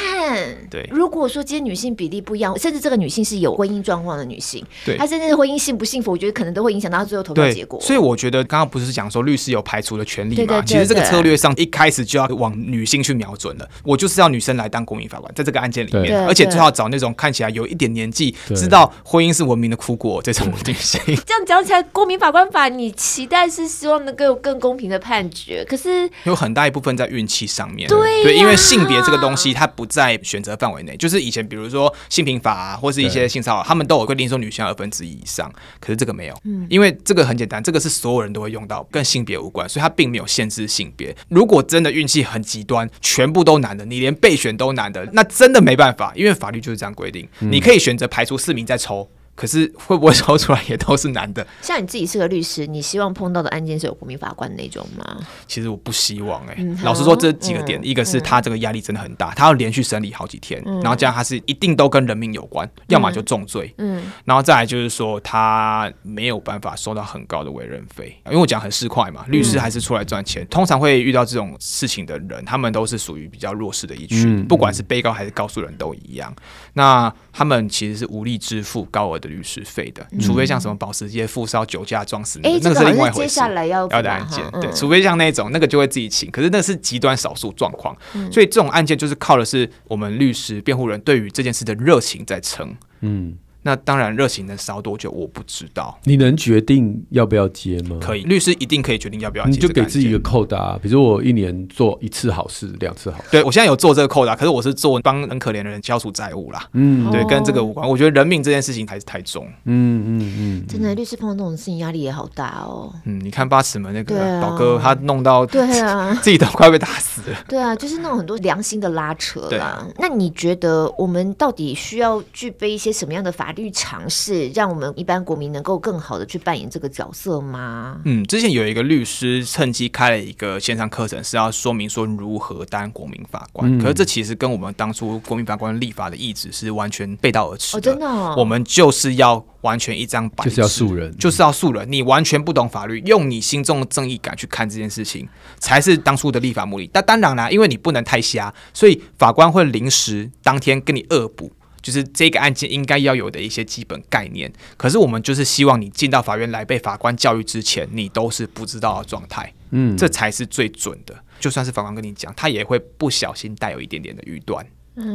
C: 对
A: 如果说今天女性比例不一样，甚至这个女性是有婚姻状况的女性，
C: 对
A: 她甚至婚姻幸不幸福，我觉得可能都会影响到她最后投票
C: 对
A: 结果，。
C: 所以我觉得刚刚不是讲说律师有排除的权利
A: 对对
C: 吗？
A: 对
C: 其实这个
A: 对
C: 策略上一开始就要往女性去瞄准了，我就是要女生来当公民法官，在这个案件里
B: 对
C: 面，
A: 对
C: 而且
A: 对
C: 最好找那种看起来有一点年纪，
B: 对
C: 知道婚姻是文明的苦果这种 女性。
A: 这样讲起来，国民法官法，你期待是希望能够有更公平的判决，可是
C: 有很大一部分在运气上面，
A: 对呀
C: 因为性别这个东西它不在选择范围内，就是以前比如说性平法啊，或是一些
B: 对
C: 性骚扰，他们都有规定说女性要二分之一以上，可是这个没有，
A: 嗯
C: 因为这个很简单，这个是所有人都会用到，跟性别无关，所以它并没有限制性别。如果真的运气很极端，全部都男的，你连备选都男的，那真的没办法，因为法律就是这样规定，你可以选择排除四名再抽。可是会不会抽出来也都是男的？
A: 像你自己是个律师，你希望碰到的案件是有国民法官那种吗？
C: 其实我不希望哎、
A: 嗯
C: 老实
A: 好
C: 说，这几个点，
A: 嗯
C: 一个是他这个压力真的很大，他要连续审理好几天，然后加上他是一定都跟人命有关，要么就重罪，
A: 嗯，
C: 然后再来就是说他没有办法收到很高的委任费，因为我讲很市侩
A: 嗯
C: 嘛，律师还是出来赚钱，通常会遇到这种事情的人，他们都是属于比较弱势的一群，
B: 嗯
C: 不管是被告还是告诉人都一样，那他们其实是无力支付高额的律师费的，除非像什么保时捷富烧酒驾撞死
A: 哎、
C: 人，
A: 这
C: 那
A: 个
C: 是
A: 好
C: 另外
A: 像
C: 一
A: 是
C: 回
A: 接
C: 事。
A: 下来要
C: 要
A: 的
C: 的案件，对，
A: 嗯
C: 除非像那种那个就会自己请，可是那是极端少数状况，
A: 嗯
C: 所以这种案件就是靠的是我们律师、辩护人对于这件事的热情在撑。
B: 嗯，
C: 那当然，热情能烧多久我不知道，
B: 你能决定要不要接吗？
C: 可以，律师一定可以决定要不要
B: 你嗯
C: 接这
B: 就
C: 个
B: 给
C: 案件。
B: 自己一个扣打、啊比如说我一年做一次好事，两次好事，
C: 对我现在有做这个扣打，可是我是做帮很可怜的人消除债务啦。
B: 嗯
C: 对，
A: 哦
C: 跟这个无关。我觉得人命这件事情还是太重。
B: 嗯嗯嗯，
A: 真的，律师碰到这种事情压力也好大哦。
C: 嗯，你看八尺门那
A: 对
C: 个
A: 啊
C: 宝哥，他弄到
A: 对啊，
C: 自己都快被打死了。
A: 对啊，就是那种很多良心的拉扯
C: 对
A: 啦
C: 啊。
A: 那你觉得我们到底需要具备一些什么样的法律常识，让我们一般国民能够更好的去扮演这个角色吗？
C: 嗯，之前有一个律师趁机开了一个线上课程，是要说明说如何当国民法官。
B: 嗯
C: 可是这其实跟我们当初国民法官立法的意志是完全背道而驰
A: 哦，真
C: 的
A: 的、哦，
C: 我们就是要完全一张白纸，
B: 就是要素人
C: 就是要素人。你完全不懂法律，用你心中的正义感去看这件事情，才是当初的立法目的。但当然啦，因为你不能太瞎，所以法官会临时当天跟你恶补。就是这个案件应该要有的一些基本概念，可是我们就是希望你进到法院来被法官教育之前，你都是不知道的状态。
B: 嗯，
C: 这才是最准的。就算是法官跟你讲，他也会不小心带有一点点的预断，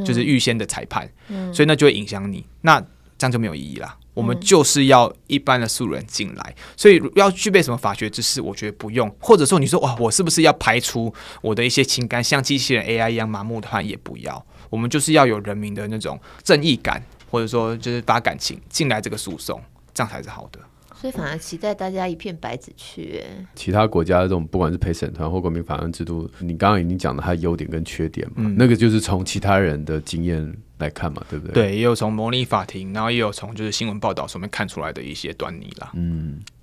C: 就是预先的裁判，所以那就会影响你，那这样就没有意义啦。我们就是要一般的素人进来，所以要具备什么法学知识，我觉得不用。或者说你说哇，我是不是要排除我的一些情感，像机器人 AI 一样麻木的话，也不要。我们就是要有人民的那种正义感，或者说就是把感情进来这个诉讼，这样才是好的。
A: 所以反而期待大家一片白纸去。哎
B: 其他国家的这种不管是陪审团或国民法官制度，你刚刚已经讲了它的优点跟缺点嘛，那个就是从其他人的经验来看嘛，对不对？，
C: 对，也有从模拟法庭，然后也有从就是新闻报道上面看出来的一些端倪啦。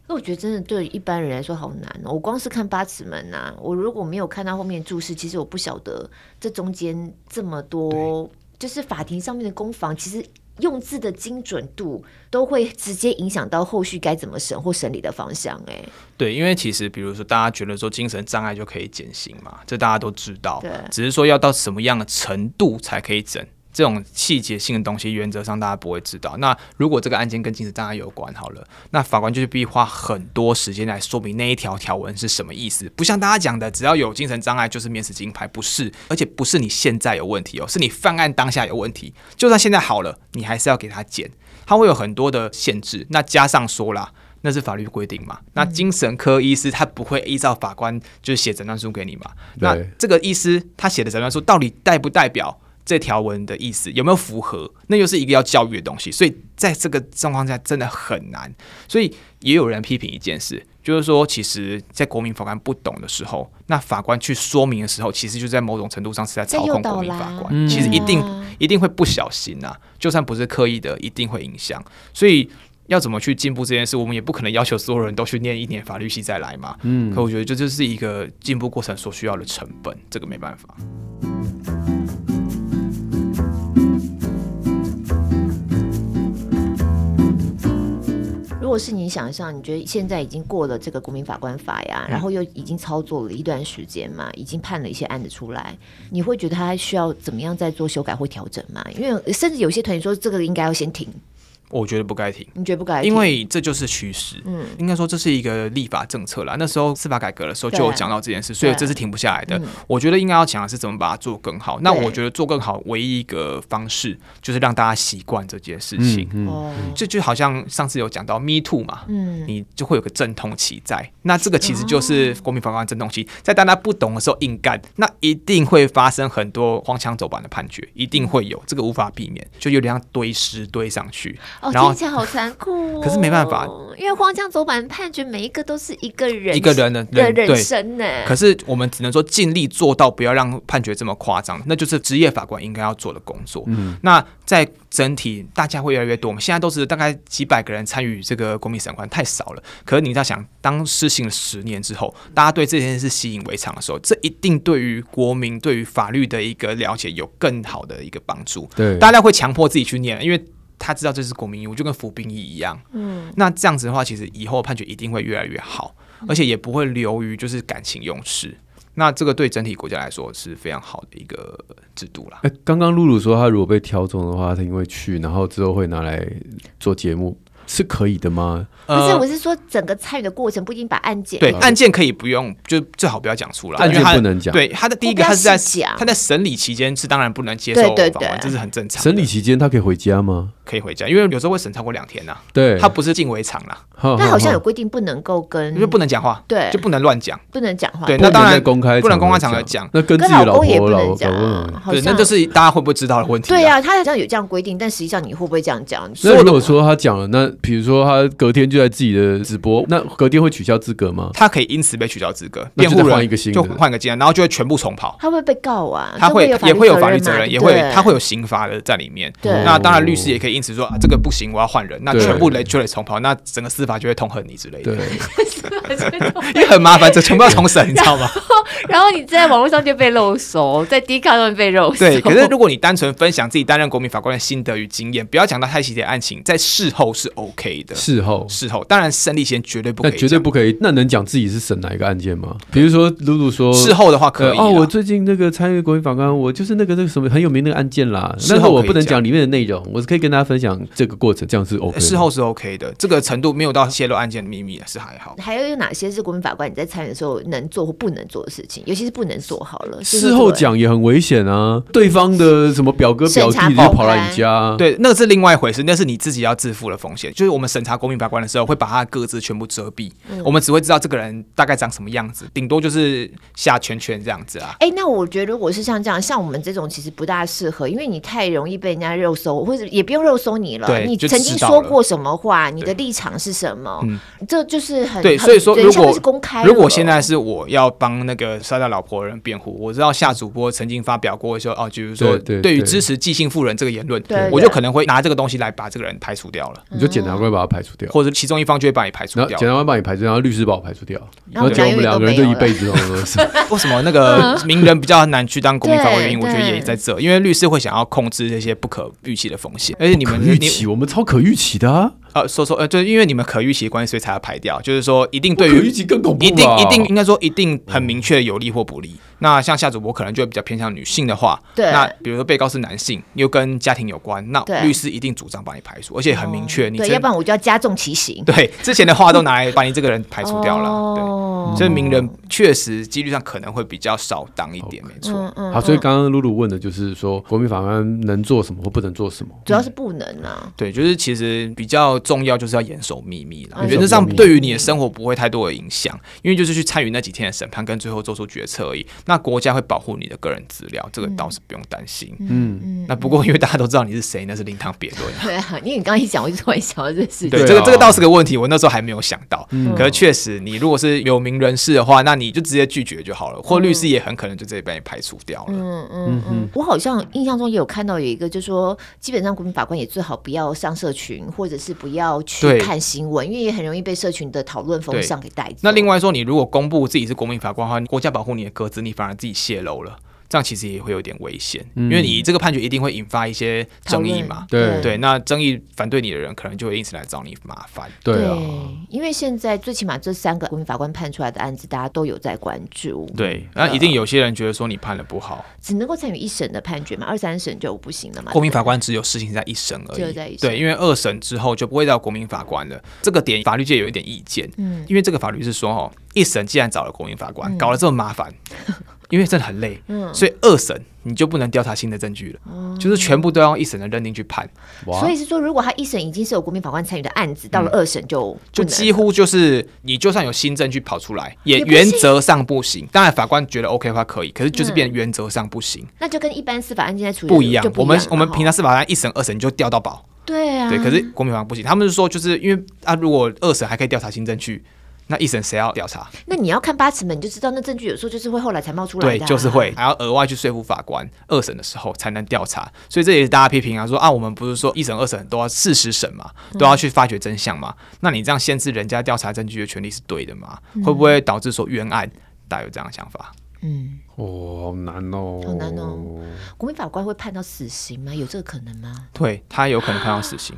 A: 那我觉得真的对一般人来说好难哦。我光是看八尺门呐、我如果没有看到后面注释，其实我不晓得这中间这么多，就是法庭上面的攻防，其实用字的精准度都会直接影响到后续该怎么审或审理的方向、欸。哎，
C: 对，因为其实比如说大家觉得说精神障碍就可以减刑嘛，这大家都知道，
A: 对
C: 只是说要到什么样的程度才可以整。这种细节性的东西，原则上大家不会知道。那如果这个案件跟精神障碍有关，好了，那法官就是必花很多时间来说明那一条条文是什么意思。不像大家讲的，只要有精神障碍就是免死金牌，不是，而且不是你现在有问题哦，是你犯案当下有问题。就算现在好了，你还是要给他减，他会有很多的限制。那加上说啦。那是法律规定嘛？那精神科医师他不会依照法官就是写诊断书给你嘛？那
B: 对
C: 这个医师他写的诊断书到底代不代表这条文的意思，有没有符合？那又是一个要教育的东西，所以在这个状况下真的很难。所以也有人批评一件事，就是说，其实，在国民法官不懂的时候，那法官去说明的时候，其实就在某种程度上是在操控国民法
A: 在诱导啦
C: 官，
B: 嗯
C: 其实一定
A: 对啊
C: 一定会不小心呐、就算不是刻意的，一定会影响。所以要怎么去进步这件事，我们也不可能要求所有人都去念一年法律系再来嘛。嗯，可我觉得这就是一个进步过程所需要的成本，这个没办法。
A: 如果是你想象，你觉得现在已经过了这个国民法官法呀，
C: 嗯
A: 然后又已经操作了一段时间嘛，已经判了一些案子出来，你会觉得他需要怎么样再做修改或调整吗？因为甚至有些团体说这个应该要先停，
C: 我觉得不该停。
A: 你觉得不该停？
C: 因为这就是趋势，嗯，应该说这是一个立法政策啦。那时候司法改革的时候
A: 对
C: 就有讲到这件事，所以
A: 对
C: 这是停不下来的。我觉得应该要讲的是怎么把它做更好。那
A: 对
C: 我觉得做更好唯一一个方式就是让大家习惯这件事情。
A: 哦，
C: 这就好像上次有讲到 Me Too 嘛，
A: 嗯哦
C: 你就会有个阵痛期在。那这个其实就是国民法官的阵痛期，在大家不懂的时候硬干，那一定会发生很多荒腔走板的判决，一定会有，这个无法避免，就有点像堆尸堆上去。
A: 哦，
C: 然后
A: 听起来好残酷、哦。
C: 可是没办法，
A: 因为荒腔走板判决每一个都是一个人
C: 一个人的
A: 的
C: 人对
A: 人生呢。
C: 可是我们只能说尽力做到，不要让判决这么夸张，那就是职业法官应该要做的工作。嗯，那在整体大家会越来越多，我们现在都是大概几百个人参与这个国民审判，太少了。可是你要想，当施行了十年之后，大家对这件事习以为常的时候，这一定对于国民对于法律的一个了解有更好的一个帮助。
B: 对，
C: 大家会强迫自己去念，因为他知道这是国民义务，就跟服兵役一样。嗯，那这样子的话，其实以后判决一定会越来越好，
A: 嗯
C: 而且也不会流于就是感情用事。那这个对整体国家来说是非常好的一个制度啦。
B: 哎，刚刚露露说，她如果被挑中的话，她因为去，然后之后会拿来做节目，是可以的吗？
A: 不是，
C: 呃
A: 我是说整个参与的过程不一定把案件
C: 对，案件可以不用，就最好不要讲出来。
B: 嗯案件
C: 因为他
B: 不能讲
C: 对，他的第一
A: 我不
C: 个，
A: 要
C: 他是在
A: 细讲
C: 他在审理期间是当然不能接受访
A: 对对
C: 问，
A: 对
C: 这是很正常的。
B: 审理期间她可以回家吗？
C: 可以回家，因为有时候会审超过两天呐、啊
B: 对，
C: 他不是进围场啦，
B: 好
A: 那好像有规定不能够跟
C: 嗯因为不能讲话，
A: 嗯对
C: 就不能乱讲。
A: 不能讲话，
C: 对
B: 不能
C: 那当然
B: 在公开
C: 不能公开
B: 场
C: 场
B: 合
C: 合讲
B: 那跟自
A: 跟
B: 己
A: 老
B: 老
A: 公也
B: 婆
A: 不
B: 老
A: 能
B: 婆
A: 讲
B: 老
A: 啊
B: 公，
A: 好
C: 嗯对，
A: 像
C: 那就是大家会不会知道的问题啦。
A: 对啊，他好像有这样规定，但实际上你会不会这样讲？你
B: 那如果说他讲了，那比如说他隔天就在自己的直播，那隔天会取消资格吗？
C: 他可以因此被取消资格，
B: 那
C: 辩
B: 就
C: 护
B: 再
C: 人
B: 换一个新的
C: 就换个进来，然后就会全部重跑。
A: 他会不会被告啊？
C: 他会
A: 这
C: 也会有法律责
A: 责
C: 任，
A: 任，
C: 也会他会
A: 有。
C: 有刑罚的在里面。
A: 对
C: 那当然律师也可以因此说啊，这个不行，我要换人，那
B: 对
C: 全部雷就得重跑，那整个司法就会痛恨你之类的
B: 对，，
C: 因为很麻烦，这全部要重审，你知道吗？
A: 然后你在网络上就被肉熟，在 D 卡上面被肉熟。
C: 对。可是如果你单纯分享自己担任国民法官的心得与经验，不要讲到太细节案情，在事后是 OK 的。
B: 事后。
C: 事后当然审理前绝对不可
B: 那
C: 以讲，
B: 绝对不可以。那能讲自己是审哪一个案件吗？比如说，露露说
C: 事后的话可
B: 呃
C: 以啊啦。
B: 哦，我最近那个参与国民法官，我就是那个那个什么很有名那个案件啦。
C: 事
B: 但
C: 后
B: 是我
C: 可以
B: 不能讲
C: 讲
B: 里面的内容，我是可以跟大家分享这个过程，这样是 OK 的。
C: 事后是 OK 的，这个程度没有到泄露案件的秘密是还好。
A: 还有有哪些是国民法官你在参与的时候能做或不能做的事情？尤其是不能做好了，就是
B: 事后讲也很危险啊，对方的什么表哥表
A: 审
B: 弟
A: 查
B: 就
A: 报
B: 跑来
A: 刊
B: 你家啊，
C: 对，那个是另外一回事，那是你自己要自负的风险。就是我们审查国民法官的时候，会把他的各自全部遮蔽，
A: 嗯
C: 我们只会知道这个人大概长什么样子，顶多就是下圈圈这样子啊。
A: 哎、那我觉得如果是像这样，像我们这种其实不大适合，因为你太容易被人家肉搜，或者也不用肉搜你了。
C: 对
A: 你
C: 就
A: 曾经
C: 知道
A: 说
C: 了嗯
A: 过什么话，你的立场是什么，这就是很
C: 对，
A: 很
C: 所以说
A: 对
C: 如
A: 像
C: 果
A: 是公开了，
C: 如果现在是我要帮那个杀掉老婆的人辩护，我知道夏主播曾经发表过说哦，就是说
B: 对对
C: 对于
B: 对
C: 支持即兴妇人这个言论
A: 对，
C: 我
A: 对
C: 就可能会拿这个东西来把这个人排除掉了。
B: 你就检检察官把他排除掉，
A: 嗯
C: 或者其中一方就会把你排除
B: 然后
C: 掉
B: 检。察官把你排除掉，然后律师把我排除掉，
A: 然
B: 然
A: 后
B: 后结果我们两个人就一辈子都是。
C: 为什么那个名人比较难去当公民法官？
A: 嗯对
C: 原因我觉得也
A: 对
C: 在这，因为律师会想要控制这些不可预期的风险，而且你
B: 可
C: 们
B: 预
C: 你
B: 期，我们超可预期的 啊，
C: 呃，说说呃，就是因为你们可预期的关系，所以才要排掉。就是说，一定对
B: 不可
C: 于
B: 预期更恐怖吧，
C: 一定一定应该说一定很明确有利或不利。那像夏主播可能就会比较偏向女性的话，
A: 对
C: 那比如说被告是男性，又跟家庭有关，那
A: 对
C: 律师一定主张把你排除，而且很明确，你
A: 哦对，
C: 真
A: 要不然我就要加重其刑，
C: 对之前的话都拿来把你这个人排
A: 排
C: 除掉了，
A: 哦
C: 对，所以名人确实几率上可能会比较少当一点，没错。
A: 嗯嗯，
B: 好，所以
A: 嗯
B: 刚刚露露问的就是说，国民法官能做什么或不能做什么？
A: 主要是不能啊，
C: 对，就是其实比较重要，就是要啊严守秘密啦。
A: 嗯
C: 原则上对于你的生活不会太多的影响，因为就是去参与那几天的审判跟最后做出决策而已。那国家会保护你的个人资料，这个倒是不用担心。
B: 嗯，
A: 嗯，
C: 那不过因为大家都知道你是谁，那是另当别 论。
A: 对啊，因为你刚刚一讲，我就突然想到这个事情，
C: 对，
B: 对啊
C: 这个这个倒是个问题，我那时候还没有想到。
B: 嗯
C: 可是确实，你如果是有名人士的话，那你就直接拒绝就好了，或律师也很可能就直接被你排除掉了。
A: 嗯嗯嗯，我好像印象中也有看到有一个，就是说，基本上国民法官也最好不要上社群，或者是不要去
C: 对
A: 看新闻，因为也很容易被社群的讨论风向给带走。
C: 那另外说，你如果公布自己是国民法官的话，国家保护你的歌资，你反而自己泄露了，这样其实也会有点危险，因为你这个判决一定会引发一些
A: 讨
C: 争
A: 论
C: 议嘛。
B: 对
C: 对，那争议反对你的人可能就会因此来找你麻烦。
B: 对啊，
A: 因为现在最起码这三个国民法官判出来的案子，大家都有在关注，，
C: 对，那一定有些人觉得说你判的不好，
A: 只能够参与一审的判决嘛，二三审就不行了嘛。
C: 国民法
A: 对
C: 官只有事情在一审而
A: 只有
C: 已。
A: 在一审
C: 对，因为二审之后就不会到国民法官了。这个点法律界有一点意见，
A: 嗯
C: 因为这个法律是说哦，一审既然找了国民法官，搞得这么麻 烦，因为真的很累，
A: 嗯
C: 所以二审你就不能调查新的证据了，
A: 哦
C: 就是全部都要用一审的认定去判，
B: 哇，
A: 所以是说，如果他一审已经是有国民法官参与的案子，到了二审就
C: 嗯就
A: 不能
C: 几乎就是你就算有新证据跑出来，也
A: 也不行
C: 原则上不行。当然法官觉得 OK 的话可以，可是就是变原则上不行，
A: 那就跟一般司法案件在处理的
C: 不一样
A: 就。不
C: 我们
A: 了
C: 我们
A: 哈
C: 平常司法案一审二审你就调到保，
A: 对啊，
C: 对，可是国民法官不行，他们是说就是因为啊，如果二审还可以调查新证据，那一审谁要调查？
A: 那你要看八尺门，你就知道那证据有时候就是会后来才冒出来
C: 对，
A: 的啊、
C: 就是会还要额外去说服法官，二审的时候才能调查，所以这也是大家批评啊，说啊，我们不是说一审、二审都要事实审嘛，
A: 嗯
C: 都要去发掘真相嘛，那你这样限制人家调查证据的权利是对的吗？会不会导致说冤案？大家有这样的想法？
A: 嗯，
B: 哦，好难哦，
A: 好难哦。国民法官会判到死刑吗？有这个可能吗？
C: 对他有可能判到死刑。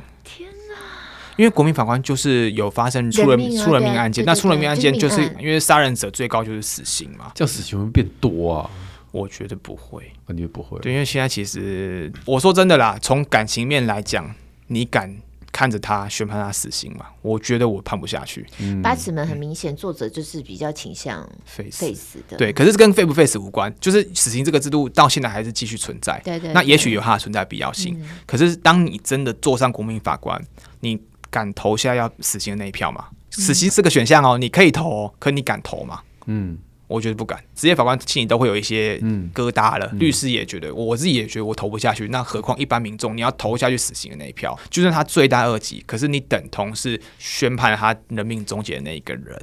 C: 因为国民法官就是有发生出了
A: 人命啊
C: 出了
A: 对啊
C: 命案件，
A: 对
C: 那
A: 对
C: 出了
A: 对
C: 命案
A: 就是
C: 件
A: 命
C: 就是
A: 案
C: 因为杀人者最高就是死刑嘛，
B: 这样哦死刑会变多啊？
C: 我觉得不会。
B: 啊你也不会，
C: 对，因为现在其实我说真的啦，从感情面来讲，你敢看着他宣判他死刑吗？我觉得我判不下去，
A: 八尺门很明显，作者就是比较倾向
C: 废死
A: 废。死的。
C: 对，可是跟 face 不 face 无关，就是死刑这个制度到现在还是继续存在。
A: 对对
C: 那也
A: 对嗯
C: 许有它的存在必要性，可是当你真的坐上国民法官，你敢投下要死刑的那一票吗？
A: 嗯
C: 死刑是个选项哦，你可以投、哦，可你敢投吗？
B: 嗯，
C: 我觉得不敢，职业法官心里都会有一些疙瘩
B: 嗯
C: 了。律师也觉得，我自己也觉得我投不下去，那何况一般民众，你要投下去死刑的那一票，就算他罪大恶极，可是你等同是宣判他人命终结的那一个人。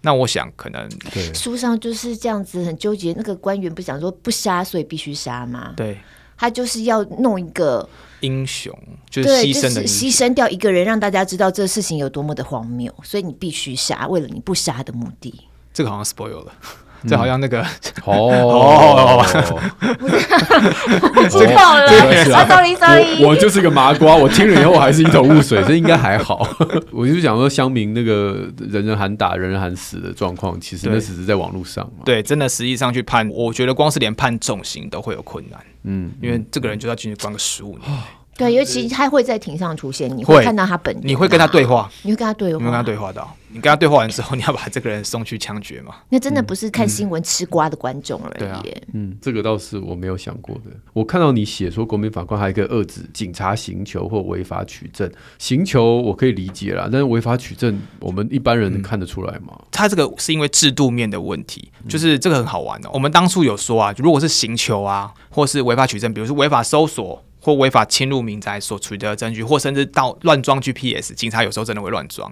C: 那我想，可能
B: 对，
A: 书上就是这样子，很纠结。那个官员不是讲说不杀，所以必须杀吗？
C: 对
A: 他就是要弄一个，
C: 英雄就是
A: 对，
C: 牺
A: 就
C: 牲
A: 是
C: 的英雄
A: 牺牲掉一个人，让大家知道这事情有多么的荒谬，所以你必须杀，为了你不杀的目的。
C: 这个好 像 spoil 了，这
B: 嗯
C: 好像那个
B: 哦，
A: 知道 了
B: 对是啊
A: sorry sorry，
B: 我我就是个麻瓜，我听了以后我还是一头雾水，这应该还好。 我就想说，乡民那个人人喊打、人人喊死的状况，其实那
C: 对
B: 只是在网络上嘛。
C: 对，真的实际上去判，我觉得光是连判重刑都会有困难，
B: 嗯，哦
C: 因为这个人就要进去关个十五年，
A: 对，尤其他会在庭上出现，你
C: 会
A: 会看到他本人、啊
C: 你会跟他对，话，
A: 你会跟他对话，
C: 你没有跟他对话到，你跟他对话完之后，你 要把这个人送去枪决嘛？
A: 那真的不是看新闻吃瓜的观众而
C: 嗯对啊
A: 已耶。
B: 嗯，这个倒是我没有想过的。我看到你写说国民法官还可以遏制警察行求或违法取证，行求我可以理解啦，但是违法取证我们一般
C: 嗯
B: 人看得出来吗？
C: 他这个是因为制度面的问题，就是这个很好玩哦。我们当初有说啊，如果是行求啊，或是违法取证，比如说违法搜索或违法侵入民宅所取得的证据，或甚至到乱装 GPS，警察有时候真的会乱装，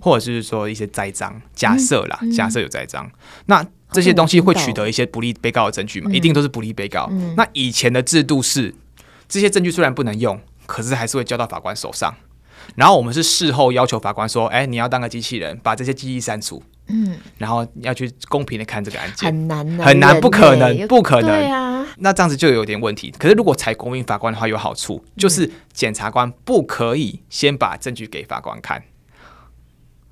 C: 或者是说一些栽赃，假设啦，假设有栽赃，那。这些东西会取得一些不利被告的证据嘛？一定都是不利被告。那以前的制度是，这些证据虽然不能用，可是还是会交到法官手上。然后我们是事后要求法官说，哎，你要当个机器人，把这些记忆删除，
A: 嗯，
C: 然后要去公平的看这个案件。
A: 很难呢，
C: 啊很难
A: 人
C: 不可
A: 类
C: 能
A: 又
C: 不可能
A: 对啊，
C: 那这样子就有点问题。可是如果采公民法官的话，有好处，
A: 嗯
C: 就是检察官不可以先把证据给法官看。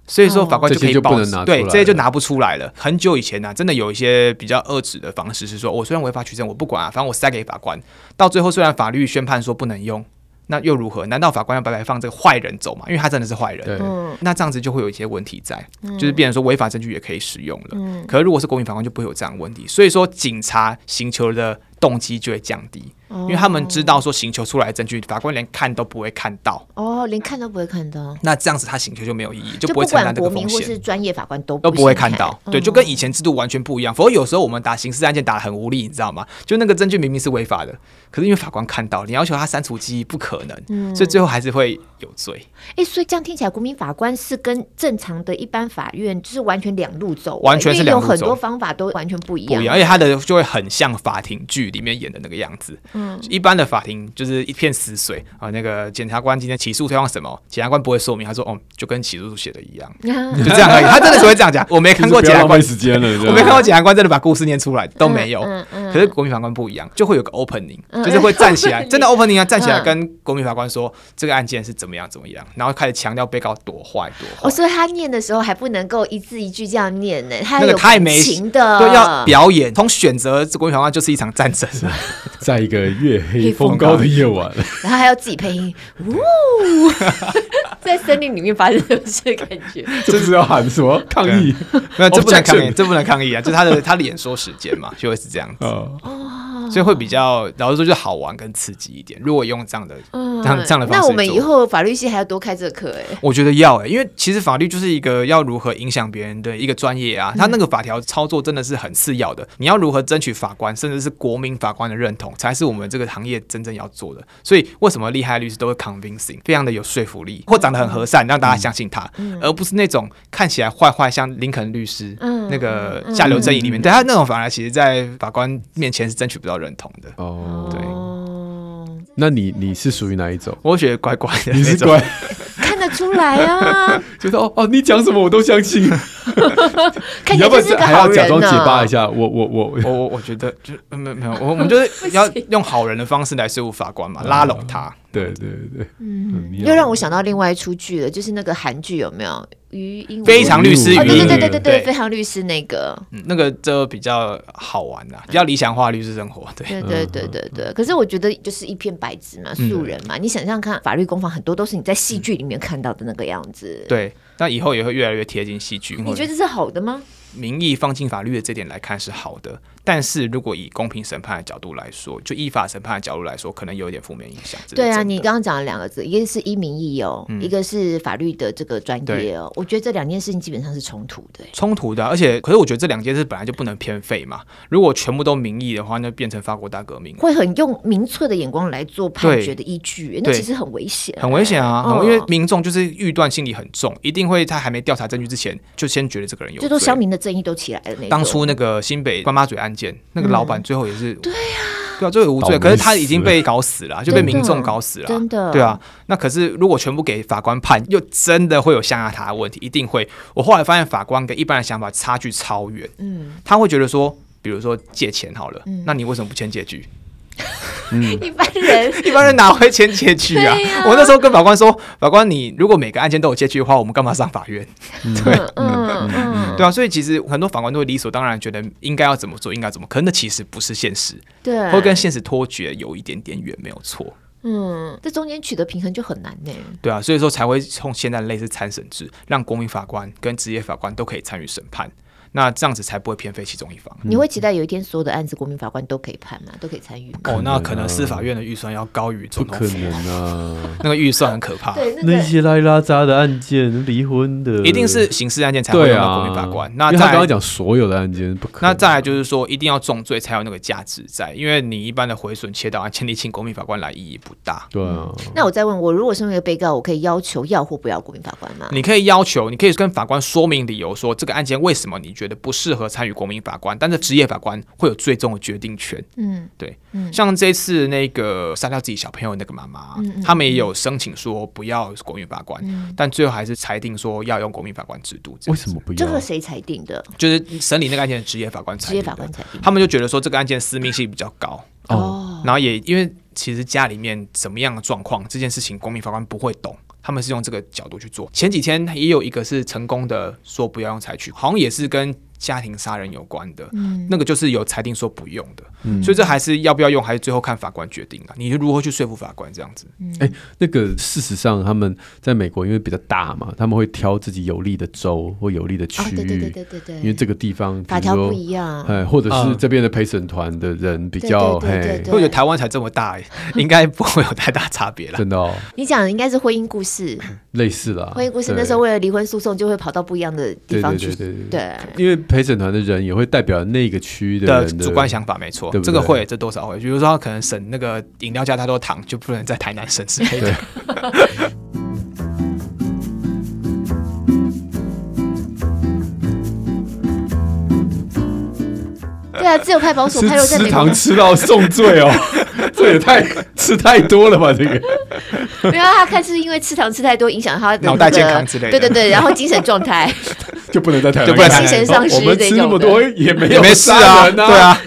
C: 所以说，
A: 哦
C: 法官就可
B: 这些
C: 以
B: 就不
C: 保
B: 能拿出
C: 对
B: 来
C: 这些就
B: 了
C: 拿不出来了。很久以前呢、啊真的有一些比较遏制的方式是说，我虽然违法取证，我不管啊，反正我塞给法官。到最后，虽然法律宣判说不能用，那又如何？难道法官要白白放这个坏人走吗？因为他真的是坏人。
B: 对，
A: 嗯
C: 那这样子就会有一些问题在，就是变成说违法证据也可以使用了。
A: 嗯
C: 可是如果是国民法官就不会有这样的问题，所以说警察行求的动机就会降低，
A: 哦
C: 因为他们知道说行求出来的证据，法官连看都不会看到，
A: 哦，连看都不会看到，
C: 那这样子他行求就没有意义，就
A: 就
C: 不会
A: 不
C: 承
A: 管
C: 担这
A: 国
C: 个
A: 民
C: 风
A: 或
C: 险
A: 是。专业法官都
C: 都不
A: 不嗯
C: 会
A: 想
C: 看到，对，就跟以前制度完全不一样。否则有时候我们打刑事案件打得很无力，你知道吗？就那个证据明明是违法的，可是因为法官看到，你要求他删除记忆不可能，
A: 嗯
C: 所以最后还是会有罪，
A: 哎、所以这样听起来，国民法官是跟正常的一般法院就是完全两路走欸，
C: 完全是
A: 因为
C: 两
A: 有
C: 路
A: 很
C: 走
A: 多方法都完全不一
C: 不
A: 样。
C: 一样。而且他的就会很像法庭剧里面演的那个样子，
A: 嗯，
C: 一般的法庭就是一片死水啊。那个检察官今天起诉推翻什么，检察官不会说明，他说哦，就跟起诉书写的
A: 嗯
C: 一样，
A: 啊
C: 就这样而已。他真的只会这样讲，我没看过
B: 就是不要
C: 检察
B: 浪费
C: 官，
B: 时 间了，
C: 我没看过检察官真的把故事念出来，都没有。
A: 嗯嗯
C: 可是国民法官不一样，就会有个 opening，
A: 嗯
C: 就是会站起来，
A: opening
C: 真的 opening 啊，站起来
A: 嗯
C: 跟国民法官说这个案件是怎么样怎么样，然后开始强调被告多坏多
A: 哦，
C: 坏，
A: 所以他念的时候还不能够一字一句这样念呢、他
C: 那个
A: 有
C: 太
A: 感
C: 没
A: 情的，
C: 对，要表演。从选择国民法官就是一场 战争，
B: 在一个月黑
A: 黑
B: 风
A: 风
B: 高
A: 高
B: 的夜晚，
A: 然后还要自己配音，呜， 在森林里面发生的事，感觉
B: 这是要喊什么抗议？
C: 没有这不能抗议，
B: Objection
C: 这不能抗议啊，就是他的 他的演说时间嘛，就会是这样子。
A: 哦
B: 啊，
C: 所以会比较，老实说，就好玩跟刺激一点。如果用这样的，
A: 嗯，
C: 这样这样的方式
A: 那我们
C: 做
A: 以后法律系还要多开这个课哎、
C: 我觉得要欸诶、因为其实法律就是一个要如何影响别人的一个专业
A: 嗯
C: 啊，他那个法条操作真的是很次要的。你要如何争取法官，甚至是国民法官的认同，才是我们这个行业真正要做的。所以为什么厉害律师都会 convincing，非常的有说服力，或长得很和善，让大家相信他，而不是那种看起来坏坏，像林肯律师、
A: 嗯
C: 那个下流正义里面，对他那种反而其实在法官面前是争取不到认同的。
B: 哦，
C: 对
A: 哦，
B: 那你你是属于哪一 种？
C: 我觉得乖乖的
B: 你
C: 那
B: 是
C: 种，
B: 乖，
A: 看得出来 啊，
B: 就是哦哦，你讲什么我都相信。
A: 看
B: 你
A: 起来
B: 要不
A: 就是
B: 然
A: 个
B: 还
A: 好
B: 要假
A: 人啊
B: 装
A: 呢、
B: 结巴一下？我我我，
C: 我我我觉得就没有没有，我我们就是要用好人的方式来说服法
A: 嗯
C: 官嘛，拉拢他。
B: 对对对，嗯，你
A: 又让我想到另外一出剧了，就是那个韩剧有没有于英文
C: 非常律师
A: 哦，对对
C: 与
A: 对
B: 英
A: 对
B: 语
A: 对
C: 对
A: 对，非常律师那个，
C: 嗯那个就比较好玩啦，比较理想化律师生活。对，
A: 对对对对
C: 嗯
A: 对。可是我觉得就是一片白纸嘛，素人嘛，你想想看，法律攻防很多都是你在戏剧里面看到的那个样子。
C: 对，那以后也会越来越贴近戏剧。
A: 你觉得这是好的吗？
C: 民意放进法律的这点来看是好的，但是如果以公平审判的角度来说，就依法审判的角度来说，可能有一点负面影响。这是
A: 对啊，
C: 真的嗯
A: 你刚刚讲了两个字，一个是一民一哦，一个是法律的这个专业哦。我觉得这两件事情基本上是冲突的。
C: 冲突的啊、而且可是我觉得这两件事本来就不能偏废嘛。如果全部都民意的话，那变成法国大革命了。
A: 会很用民粹的眼光来做判
C: 对
A: 决的依据，那
C: 对
A: 其实很危险，
C: 很危险啊！很
A: 嗯
C: 因为民众就是预断心理很重，一定会他还没调查证据之前，就先觉得这个人有
A: 就
C: 罪。
A: 都乡民的正义都起来了。那个
C: 当初那个新北关妈嘴案件，那个
A: 嗯
C: 老板最后也是、对呀、对啊，最后无
B: 倒霉
C: 罪，可是他已经
B: 死了
C: 被搞死了啊，就被民众搞死了啊，
A: 真的
C: 对啊，那可是如果全部给法官判，又真的会有象牙塔的问题，一定会。我后来发现法官跟一般的想法差距超远，
A: 嗯，
C: 他会觉得说。比如说借钱好了，那你为什么不签借据？
A: 一般 人
C: 一般人哪会签借据啊？
A: 对啊
C: 我那时候跟法官说，法官你如果每个案件都有借据的话，我们干嘛上法院？对，
A: 嗯嗯嗯，
C: 对啊，所以其实很多法官都会理所当然觉得应该要怎么做，应该怎么，可是那其实不是现实，
A: 对，
C: 会跟现实脱节有一点点远，没有错。
A: 嗯，这中间取得平衡就很难呢。
C: 对啊，所以说才会从现在类似参审制，让公民法官跟职业法官都可以参与审判，那这样子才不会偏废其中一方。
A: 你会期待有一天所有的案子国民法官都可以判吗？都可以参与吗？
C: 哦，
B: 能啊
C: 那可能司法院的预算要高于
B: 不
C: 总统
B: 可
C: 府，
B: 能啊！
C: 那个预算很可怕。
A: 对，那
B: 那
A: 个
B: 些拉里拉杂的案件，离婚的，
C: 一定是刑事案件才会
B: 对
C: 用
B: 啊
C: 到公民法官。那
B: 因为
C: 再
B: 他
C: 来
B: 刚刚讲所有的案件，不可能
C: 那再来就是说，一定要重罪才有那个价值在，因为你一般的毁损、切导案件，你请公民法官来意义不大。
B: 对啊，
A: 那我再问我，如果身为一个被告，我可以要求要或不要国民法官吗？
C: 你可以要求，你可以跟法官说明理由，说这个案件为什么你觉得不适合参与国民法官，但是职业法官会有最终的决定权。
A: 嗯
C: 对，
A: 嗯
C: 像这次那个杀掉自己小朋友那个妈妈，
A: 嗯嗯
C: 他们也有申请说不要国民法官，
A: 嗯，
C: 但最后还是裁定说要用国民法官制度。这
B: 为
C: 样子
B: 什么？不要？
A: 这个谁裁定的？
C: 就是审理那个案件的职业法官
A: 职
C: 裁定
A: 业
C: 的
A: 法官裁定的。
C: 他们就觉得说这个案件私密性比较高，
B: 哦，
C: 然后也因为其实家里面怎么样的状况这件事情，公民法官不会懂。他们是用这个角度去做。前几天也有一个是成功的说不要用采取，好像也是跟家庭杀人有关的，那个就是有裁定说不用的，
B: 嗯
C: 所以这还是要不要用，还是最后看法官决定啊。你如何去说服法官这样子？
B: 哎那个事实上，他们在美国因为比较大嘛，他们会挑自己有利的州或有利的区
A: 哦，
B: 域，
A: 对对对对对对，
B: 因为这个地方
A: 法条不
B: 比如说
A: 一样，
B: 哎，或者是
C: 嗯
B: 这边的陪审团的人比较，
A: 对对对
B: 嘿
A: 对，
C: 我觉得台湾才这么大、欸，应该不会有太大差别 啦。
B: 真的哦，
A: 你讲的应该是婚姻故事，
B: 类似啦。
A: 婚姻故事那
B: 嗯对
A: 时候为了离婚诉讼，就会跑到不一样的地方去
B: 对对对对。对
A: 对，啊
B: 因为陪审团的人也会代表那个区域
C: 的
B: 人的
C: 主观想法没错
B: 对，不
C: 这个
B: 对
C: 会，这多少会。比如说，他可能省那个饮料加太多糖，就不能在台南省之类的。
A: 对啊，自由派保守
B: 是
A: 派若在
B: 吃
A: 美国
B: 糖，吃到送醉哦， 这也太吃太多了吧？这个
A: 没有啊他看是因为吃糖吃太多影响他的
C: 脑
A: 那
C: 袋
A: 个
C: 健康之类的
A: 对对对，然后精神状态，
B: 就不能再谈，
C: 就不能在台
A: 精神
C: 南
A: 丧
B: 哦我
A: 失
B: 们
A: 这
B: 吃那
A: 种
B: 么
A: 的
B: 多。也没
C: 也
B: 有
C: 没事
B: 杀
C: 啊，
B: 人
C: 对
B: 啊，
C: 啊，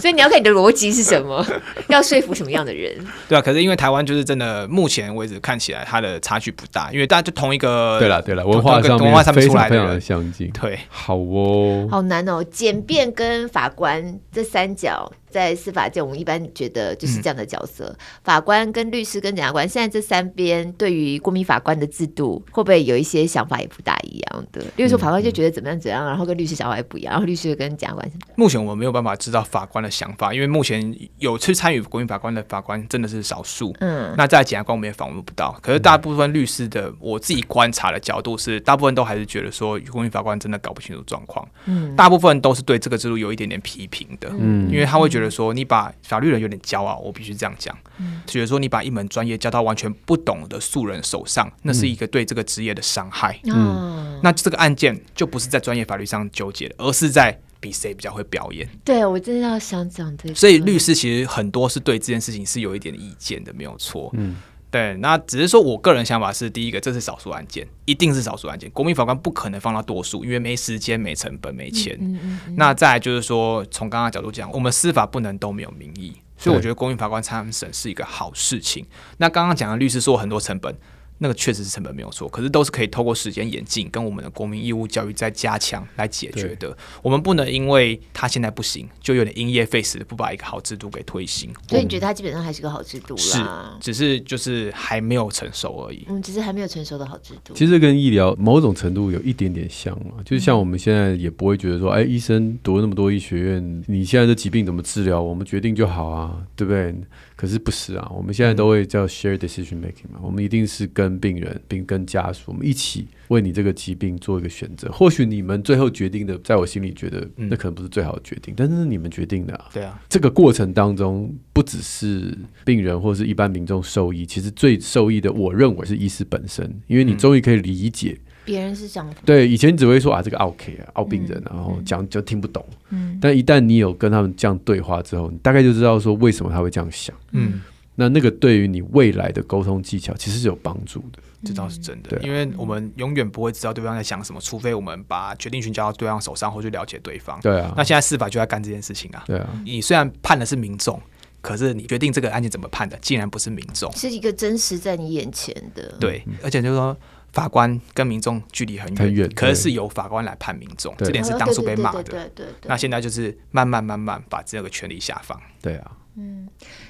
A: 所以你要看你的逻辑是什 么，要说服什么样的人。
C: 对啊。可是因为台湾就是真的，目前为止看起来它的差距不大，因为大家就同一个
B: 对了对了，
C: 同
B: 文化
C: 同
B: 上
C: 一个文化上
B: 面非
C: 面出来
B: 常非
C: 的
B: 常的
C: 人，
B: 相近。
C: 对，
B: 好哦，
A: 好难哦，检辩跟法官这三角在司法界，我们一般觉得就是这样的角色。法官跟律师跟检察官，现在这三边对于国民法官的制度，会不会有一些想法也不大一样的？例如说，法官就觉得怎么样怎样，然后跟律师想法也不一样，然后律师跟检察官什么
C: 目前我们没有办法知道法官的想法，因为目前有去参与国民法官的法官真的是少数。
A: 嗯，
C: 那在检察官我们也访问不到，可是大部分律师的我自己观察的角度是，大部分都还是觉得说国民法官真的搞不清楚状况，
A: 嗯
C: 大部分都是对这个制度有一点点批评的，
B: 嗯
C: 因为他会觉得说你把法律人有点骄傲，我必须这样讲，
A: 嗯
C: 觉得说你把一门专业交到完全不懂的素人手上，那是一个对这个职业的伤害。
A: 哦，
C: 那这个案件就不是在专业法律上纠结的，而是在比谁比较会表演。
A: 对我真的要想讲这个，
C: 所以律师其实很多是对这件事情是有一点意见的，没有错。
B: 嗯，
C: 对。那只是说我个人想法是，第一个这是少数案件，一定是少数案件，国民法官不可能放到多数，因为没时间、没成本、没钱。
A: 嗯嗯嗯，
C: 那再来就是说，从刚刚的角度讲，我们司法不能都没有民意，所以我
B: 对
C: 觉得
A: 嗯
C: 公民法官参审是一个好事情。那刚刚讲的律师说很多成本，那个确实是成本没有错，可是都是可以透过时间演进跟我们的国民义务教育再加强来解决的。我们不能因为他现在不行，就有点因噎废食，不把一个好制度给推行。
A: 所以你觉得它基本上还是个好制度
C: 是
A: 啦，，
C: 只是就是还没有成熟而已。
A: 嗯，只是还没有成熟的好制度。
B: 其实跟医疗某种程度有一点点像嘛，就是像我们现在也不会觉得说，哎，医生读了那么多医学院，你现在的疾病怎么治疗，我们决定就好啊，对不对？可是不是啊，我们现在都会叫 share decision making 嘛，我们一定是跟病人并跟家属，我们一起为你这个疾病做一个选择。或许你们最后决定的，在我心里觉得
C: 嗯
B: 那可能不是最好的决定，但是是你们决定的、啊。
C: 对啊，
B: 这个过程当中，不只是病人或是一般民众受益，其实最受益的，我认为是医师本身，因为你
C: 嗯
B: 终于可以理解。
A: 别人是想法，
B: 对，以前只会说啊，这个 OK 啊，奥病人啊，
A: 嗯
B: 然后讲就听不懂。
A: 嗯
B: 但一旦你有跟他们这样对话之后，你大概就知道说为什么他会这样想。
C: 嗯。
B: 那那个对于你未来的沟通技巧其实是有帮助的。
C: 这倒是真的，
B: 对啊
C: 因为我们永远不会知道对方在想什么，除非我们把决定权交到对方手上，或去了解对方。
B: 对啊
C: 那，现在司法就在干这件事情啊。
B: 对啊，
C: 你虽然判的是民众，可是你决定这个案件怎么判的，竟然不是民众。
A: 是一个真实在你眼前的，
C: 对，而且就是说。法官跟民众距离很远，
B: 很远
C: 可是
B: 对
C: 是由法官来判民众，
B: 对
C: 这点是当初被骂
A: 哦对对
C: 的。
A: 对对对对
C: 那现在就是慢慢慢慢把这个权利下放。
B: 对啊，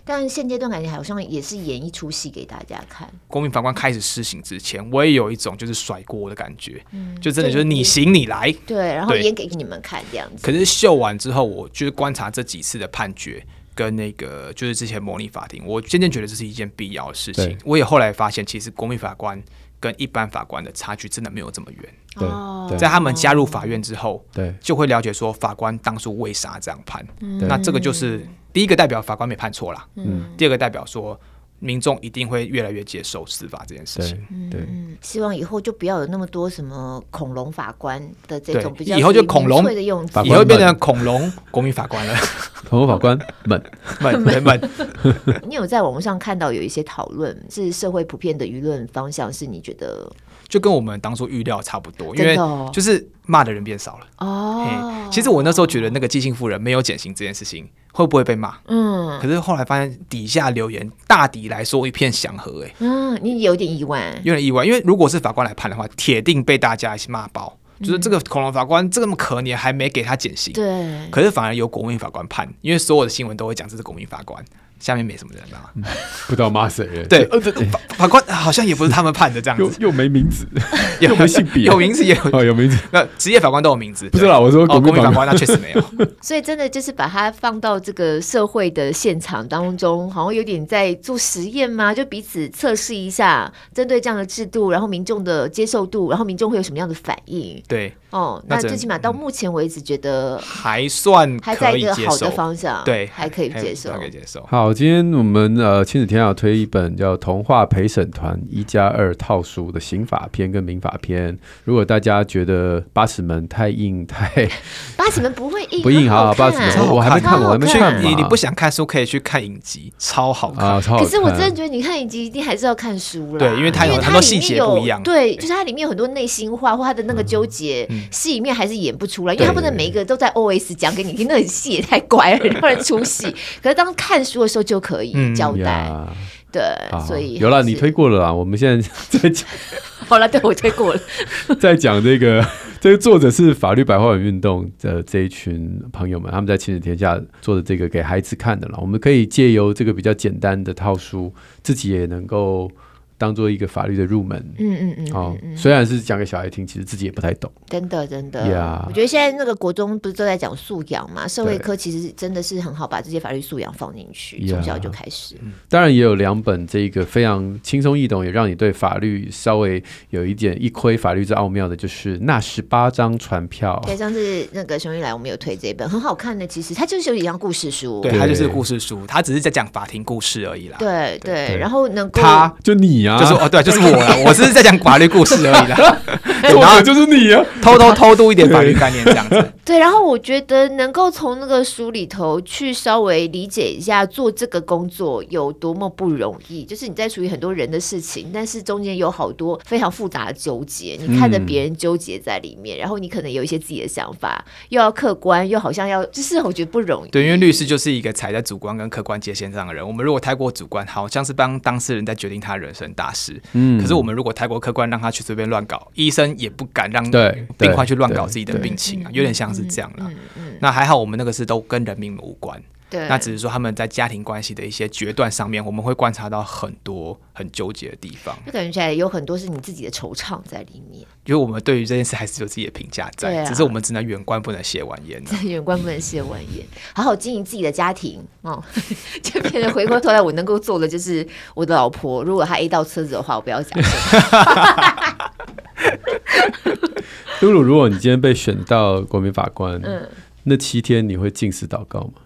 A: 但现阶段感觉好像也是演一出戏给大家看，
C: 公民法官开始施行之前，我也有一种就是甩锅的感觉，就真的就是
A: 对
C: 你
A: 对
C: 行你来，
A: 对，然后
C: 对
A: 演给你们看这样子。
C: 可是秀完之后，我就是观察这几次的判决跟那个就是之前模拟法庭，我渐渐觉得这是一件必要的事情
B: 对。
C: 我也后来发现，其实国民法官跟一般法官的差距真的没有这么远。
B: 对
A: 哦
B: 对
C: 在他们加入法院之后，
B: 对
C: 就会了解说法官当初为啥这样判。
A: 嗯
B: 对
C: 那这个就是第一个代表法官没判错啦，
B: 嗯
C: 第二个代表说民众一定会越来越接受司法这件事
B: 对
C: 情。
B: 对，
A: 嗯，希望以后就不要有那么多什么恐龙法官的这种
C: 对
A: 比较
C: 以后就
A: 属于
C: 恐龙
A: 民粹的用
B: 法
A: 词
B: 官。
C: 以后变成恐龙国民法官了，
B: 恐龙法官们，
C: 们们们，
A: 你有在网络上看到有一些讨论，是社会普遍的舆论方向，是你觉得
C: 就跟我们当初预料差不多，因
A: 真
C: 为
A: 的哦
C: 就是骂的人变少了。
A: 哦
C: 嘿，其实我那时候觉得那个寄信妇人没有减刑这件事情会不会被骂，
A: 嗯
C: 可是后来发现底下留言大抵来说一片祥和、哎，
A: 嗯，你有点意外，
C: 有点意外，因为如果是法官来判的话，铁定被大家一起骂爆，就是这个恐龙法官这么可怜，还没给他减刑。
A: 对，
C: 可是反而由国民法官判，因为所有的新闻都会讲这是国民法官，下面没什么人骂。
B: 不知道骂谁了。
C: 对，呃法法官好像也不是他们判的这样
B: 又
C: 子，
B: 又没名字，
C: 有
B: 又没性别
C: 有名字也有，
B: 哦，有名字，
C: 那职业法官都有名字。
B: 不知道我说
C: 对哦，
B: 国
C: 国
B: 民
C: 民
B: 法
C: 法
B: 官
C: 官那确实没有。
A: 所以真的就是把它放到这个社会的现场当中，好像有点在做实验吗？就彼此测试一下，针对这样的制度，然后民众的接受度，然后民众会有什么样的反应？
C: 对，
A: 哦，
C: 那
A: 那
C: 只
A: 最起码到目前为止，觉得
C: 还算
A: 还在
C: 可
A: 一
C: 以
A: 个
C: 接
A: 好的
C: 受，
A: 方向，
C: 对，
A: 还可以接受
C: 还。可以接受。
B: 好，今天我们呃亲子天下有推一本叫《童话陪审团一加二套书》的刑法篇跟民法篇。如果大家觉得八尺门太硬太
A: 八尺门不会硬，
B: 不硬
A: 很好
B: 哈，八尺
A: 看啊
B: 门我还没看，我还没
A: 超好
B: 看
A: 看
B: 嘛。
C: 啊你你不想看书可以去看影集，超好看。
B: 啊？超 好
A: 可是我
B: 看
A: 真的觉得你看影集一定还是要看书啦，
C: 对因为它有
A: 因为
C: 很多
A: 里面
C: 细节
A: 有
C: 不一样
A: 对，就是它里面有很多内心话或它的那个纠结，戏里面还是演不出来，因为
B: 对
A: 它不能每一个都在 OS 讲给你听，那戏也太乖了，让人出戏。可是当看书的时候就可以
C: 嗯
B: 啊
A: 交代，
B: 呀，
A: 对
B: 好，
A: 所以
B: 有了
A: 还是
B: 你推过了啦。我们现在 在讲
A: 好了，对我推过了，
B: 在讲这个，这个作者是法律白话文运动的这一群朋友们，他们在亲子天下做的这个给孩子看的了。我们可以借由这个比较简单的套书，自己也能够当做一个法律的入门。
A: 嗯嗯嗯，
B: 哦，虽然是讲给小孩听，其实自己也不太懂。
A: 真的真的
B: Yeah
A: 我觉得现在那个国中不是都在讲素养嘛，社会
B: 对
A: 科其实真的是很好把这些法律素养放进去
B: Yeah
A: 从小就开始。
B: 当然也有两本这个非常轻松易懂，也让你对法律稍微有一点一窥法律之奥妙的，就是那十八张传
C: 哦
B: 票。
A: 对，上次那个熊一来，我们有推这一本，很好看的。其实它就是有点像故事书，
C: 对，啊
B: 对
C: 它就是故事书，它只是在讲法庭故事而已啦。
A: 对对然后能够
B: 他就你啊，
C: 就是 哦，对，就是 我啦，我只是在讲法律故事而已啦，
A: 哎
B: 作者就是你啊。
C: 偷偷偷渡一点法律概念这样子。
A: 对，然后我觉得能够从那个书里头去稍微理解一下做这个工作有多么不容易，就是你在处理很多人的事情，但是中间有好多非常复杂的纠结，你看着别
C: 嗯
A: 人纠结在里面，然后你可能有一些自己的想法，又要客观，又好像要，就是我觉得不容易。
C: 对，因为律师就是一个踩在主观跟客观界限上的人。我们如果太过主观，好像是帮当事人在决定他人生大事。
B: 嗯
C: 可是我们如果太过客观，让他去随便乱搞，医生也不敢让
B: 对
C: 病患去乱搞
B: 对
C: 自己的
B: 对
C: 病情啊，有点像是这样啦。
A: 嗯嗯，
C: 那还好，我们那个是都跟人民无关，
A: 对，
C: 那只是说他们在家庭关系的一些决断上面，我们会观察到很多很纠结的地方。
A: 就感觉起来有很多是你自己的惆怅在里面。
C: 因为我们对于这件事还是有自己的评价在，
A: 对啊
C: 只是我们只能远观不能亵玩焉啊、
A: 远观不能亵玩焉，好好经营自己的家庭哦， 就变成回过头来，我能够做的就是我的老婆。如果她 A 到车子的 话，我不要讲什么。
B: 露露，如果你今天被选到国民法官，
A: 嗯
B: 那七天你会进食祷告吗？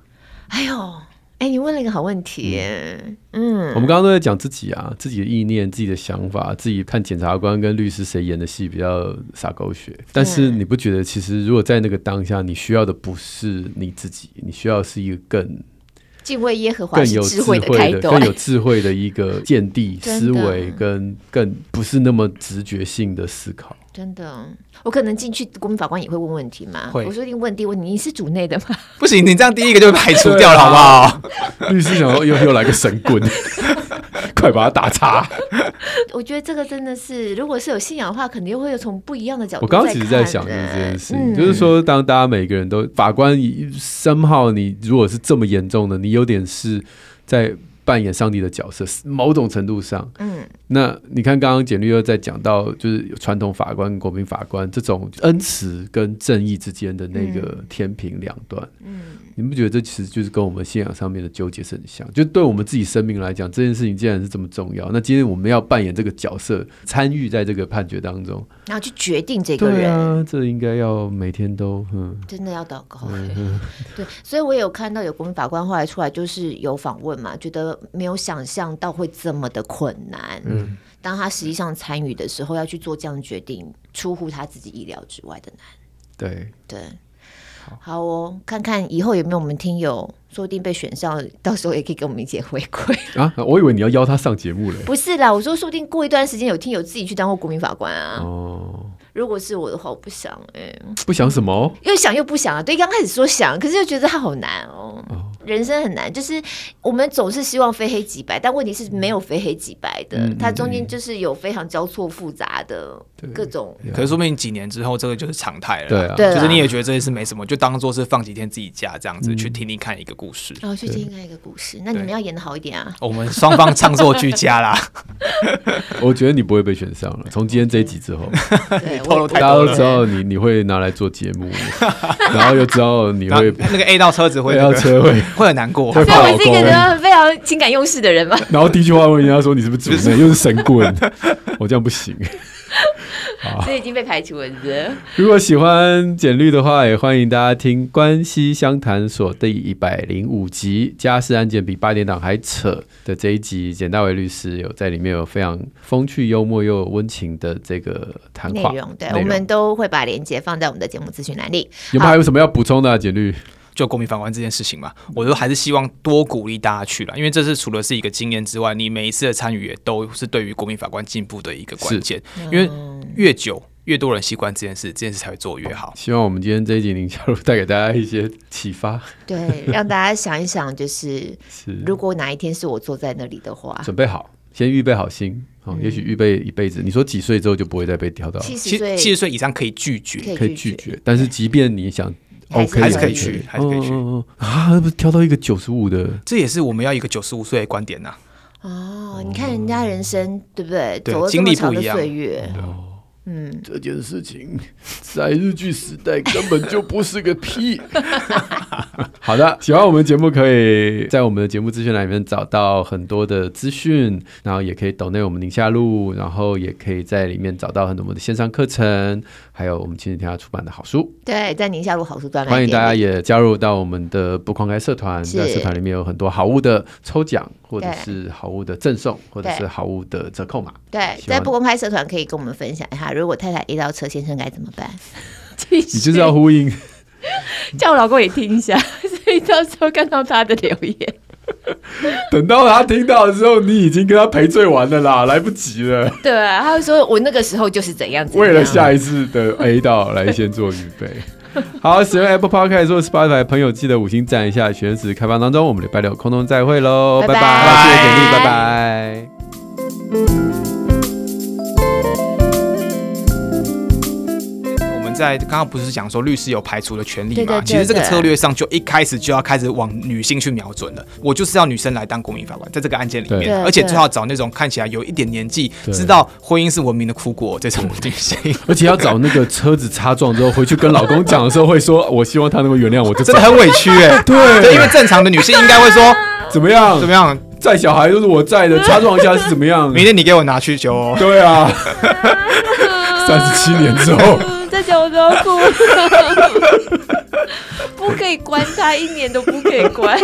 A: 哎呦，哎，你问了一个好问题耶，嗯，
B: 我们刚刚都在讲自己啊，自己的意念、自己的想法，自己看检察官跟律师谁演的戏比较洒狗血。但是你不觉得，其实如果在那个当下，你需要的不是你自己，你需要是一个更
A: 敬畏耶和华
B: 更
A: 是
B: 有
A: 智
B: 智
A: 慧
B: 慧
A: 的开
B: 的、
A: 端
B: 更。有智慧的 一个见地、
A: 真的
B: 思维，跟更不是那么直觉性的思考。
A: 真的，我可能进去国民法官也会问问题嘛，
C: 会
A: 我说一定问第一个问题，你是组内的吗？
C: 不行，你这样第一个就被排
B: 啊
C: 除掉了，好不好？
B: 律师想说又又来个神棍， 快把他打叉。
A: 我觉得这个真的是，如果是有信仰的话，肯定会有从不一样的角度
B: 我
A: 看
B: 刚
A: 的。
B: 刚只是在想就是这件事情，
A: 嗯
B: 就是说，当大家每个人都法官生号，你如果是这么严重的，你有点是在扮演上帝的角色，某种程度上，
A: 嗯，
B: 那你看，刚刚简律又在讲到，就是传统法官跟国民法官这种恩慈跟正义之间的那
A: 嗯
B: 个天平两端。嗯，你不觉得这其实就是跟我们信仰上面的纠结是很像？就对我们自己生命来讲，这件事情既然是这么重要，那今天我们要扮演这个角色，参与在这个判决当中。
A: 然后去决定这个
B: 对
A: 人，
B: 啊，这应该要每天都嗯。
A: 真的要祷告。 对，所以我有看到有国民法官后来出来，就是有访问嘛，觉得没有想象到会这么的困难。嗯，当他实际上参与的时候，要去做这样的决定，出乎他自己意料之外的难。
B: 对，
A: 对，好哦，看看以后有没有我们听友，说不定被选上，到时候也可以给我们一些回馈。
B: 啊，我以为你要邀他上节目嘞。
A: 不是啦，我说说不定过一段时间有听友自己去当过国民法官啊。
B: 哦，
A: 如果是我的话，我不想哎、
B: 不想什么？哦
A: 又想又不想啊。对，刚开始说想，可是又觉得它好难哦。人生很难，就是我们总是希望非黑即白，但问题是没有非黑即白的，
B: 嗯
A: 它中间就是有非常交错复杂的各种。
C: 可是说不定几年之后，这个就是常态了啦。
B: 对啊
A: 对啊
C: 就是你也觉得这件事没什么，就当做是放几天自己假这
B: 嗯
C: 样子、去听听看一个故事。哦
A: 然后去哦听另外一个故事，那你们要演的好一点啊。
C: 我们双方 唱作俱佳啦，
B: 我觉得你不会被选上了。从今天这一集之后，
A: 对，
C: 透露
A: 我
C: 太
B: 大家
C: 多
B: 都
C: 了
B: 知。道你你会拿来做节 目，然后又知道你
C: 然后
B: 会
C: 那个 A 到车子 会
B: 会
C: 那
B: 要
C: 个
B: 车位，
C: 会很难
B: 会
C: 过，
A: 所以
B: 怕
A: 我
B: 老
A: 是一
B: 公
A: 个。呢非常情感用事的人嘛。
B: 然后第一句话问人家说你是不是主 任，又是神棍，我这样不行。
A: 所以已经被排除了，是不是？
B: 如果喜欢简律的话，也欢迎大家听《关系相谈所》第一百零五集《家事案件比八点档还扯》的这一集，简大为律师有在里面有非常风趣、幽默又有温情的这个谈
A: 内
B: 话
A: 容对，
B: 内
A: 我们都会把链接放在我们的节目资讯栏里。
B: 有没有还有什么要补充的、啊？简律，
C: 就公民法官这件事情嘛，我都还是希望多鼓励大家去了，因为这是除了是一个经验之外，你每一次的参与也都是对于国民法官进步的一个关键，因为越久越多人习惯这件事，这件事才会做越好。
B: 希望我们今天这一集林小璐带给大家一些启发，
A: 对，让大家想一想，就是
B: 是
A: 如果啊哪一天是我坐在那里的 话，
B: 准备好，先预备好心，好、
A: 嗯
B: 也许预备一辈子。你说几岁之后就不会再被挑到了，
A: 七十
C: 七
A: 岁
C: 七十岁以上可以拒绝，
B: 可以拒绝，但是即便你想。
A: 还是
B: OK，
A: 还
C: 是可以
B: 也
C: 去还是可以
B: 嗯
C: 去
B: 嗯嗯啊！那不是挑到一个九十五的，
C: 这也是我们要一个九十五岁的观点呐、
A: 哦，你看人家人生对不对？
C: 对
A: 走了这
C: 经
A: 么
C: 历
A: 长
C: 不
A: 的
C: 一样
A: 岁月，
B: 啊哦
A: 嗯
B: 这件事情在日剧时代根本就不是个屁。 好的，喜欢我们节目可以在我们的节目资讯栏里面找到很多的资讯，然后也可以抖内我们宁夏路，然后也可以在里面找到很多我们的线上课程，还有我们前几天要出版的好书。
A: 对，在宁夏路好书专栏
B: 欢迎
A: 店
B: 大家
A: 里
B: 也加入到我们的不公开社团，
A: 是
B: 在社团里面有很多好物的抽奖，或者
A: 对
B: 是好物的赠送，或者
A: 对
B: 是好物的折扣码。
A: 对，
B: 喜
A: 在
B: 欢
A: 不公开社团可以跟我们分享一下，如果太太 A 到车，先生该怎么办？你
B: 你就是要呼应。
A: 叫我老公也听一下， 所以到时候看到他的留言。
B: 等到他听到的时候，你已经跟他赔罪完了 啦，来不及了。
A: 对啊，他会说我那个时候就是怎样怎 样。
B: 为了下一次的 A 道来先做预 备。好，使用 Apple Podcast 或 Spotify 的朋友记得五星赞一下，选址开放当中，我们礼拜六空中再会喽，
A: 拜
B: 拜
A: 拜
B: 谢谢简历，拜拜。
C: 我们在刚刚不是讲说律师有排除的权利吗？
A: 对对对
C: 其实这个
A: 对
C: 策略上就一开始就要开始往女性去瞄准了。我就是要女生来当国民法官，在这个案件里
B: 对
C: 面
A: 对，
C: 而且
A: 对
C: 最好找那种看起来有一点年纪，
B: 对
C: 知道婚姻是文明的苦果这种女性。
B: 而且要找那个车子擦撞之后，回去跟老公讲的时候，会说：“我希望他能够原谅我。”这
C: 真的很委屈哎、 对，因为正常的女性应该会说
B: 怎么样？
C: 怎么样，
B: 载小孩都是我载的， 擦撞一下是怎么样？
C: 明天你给我拿去修、哦。
B: 对啊，三十七年之后，
A: 嗯，在讲我都要 哭了，不可以关他，一年都不可以关。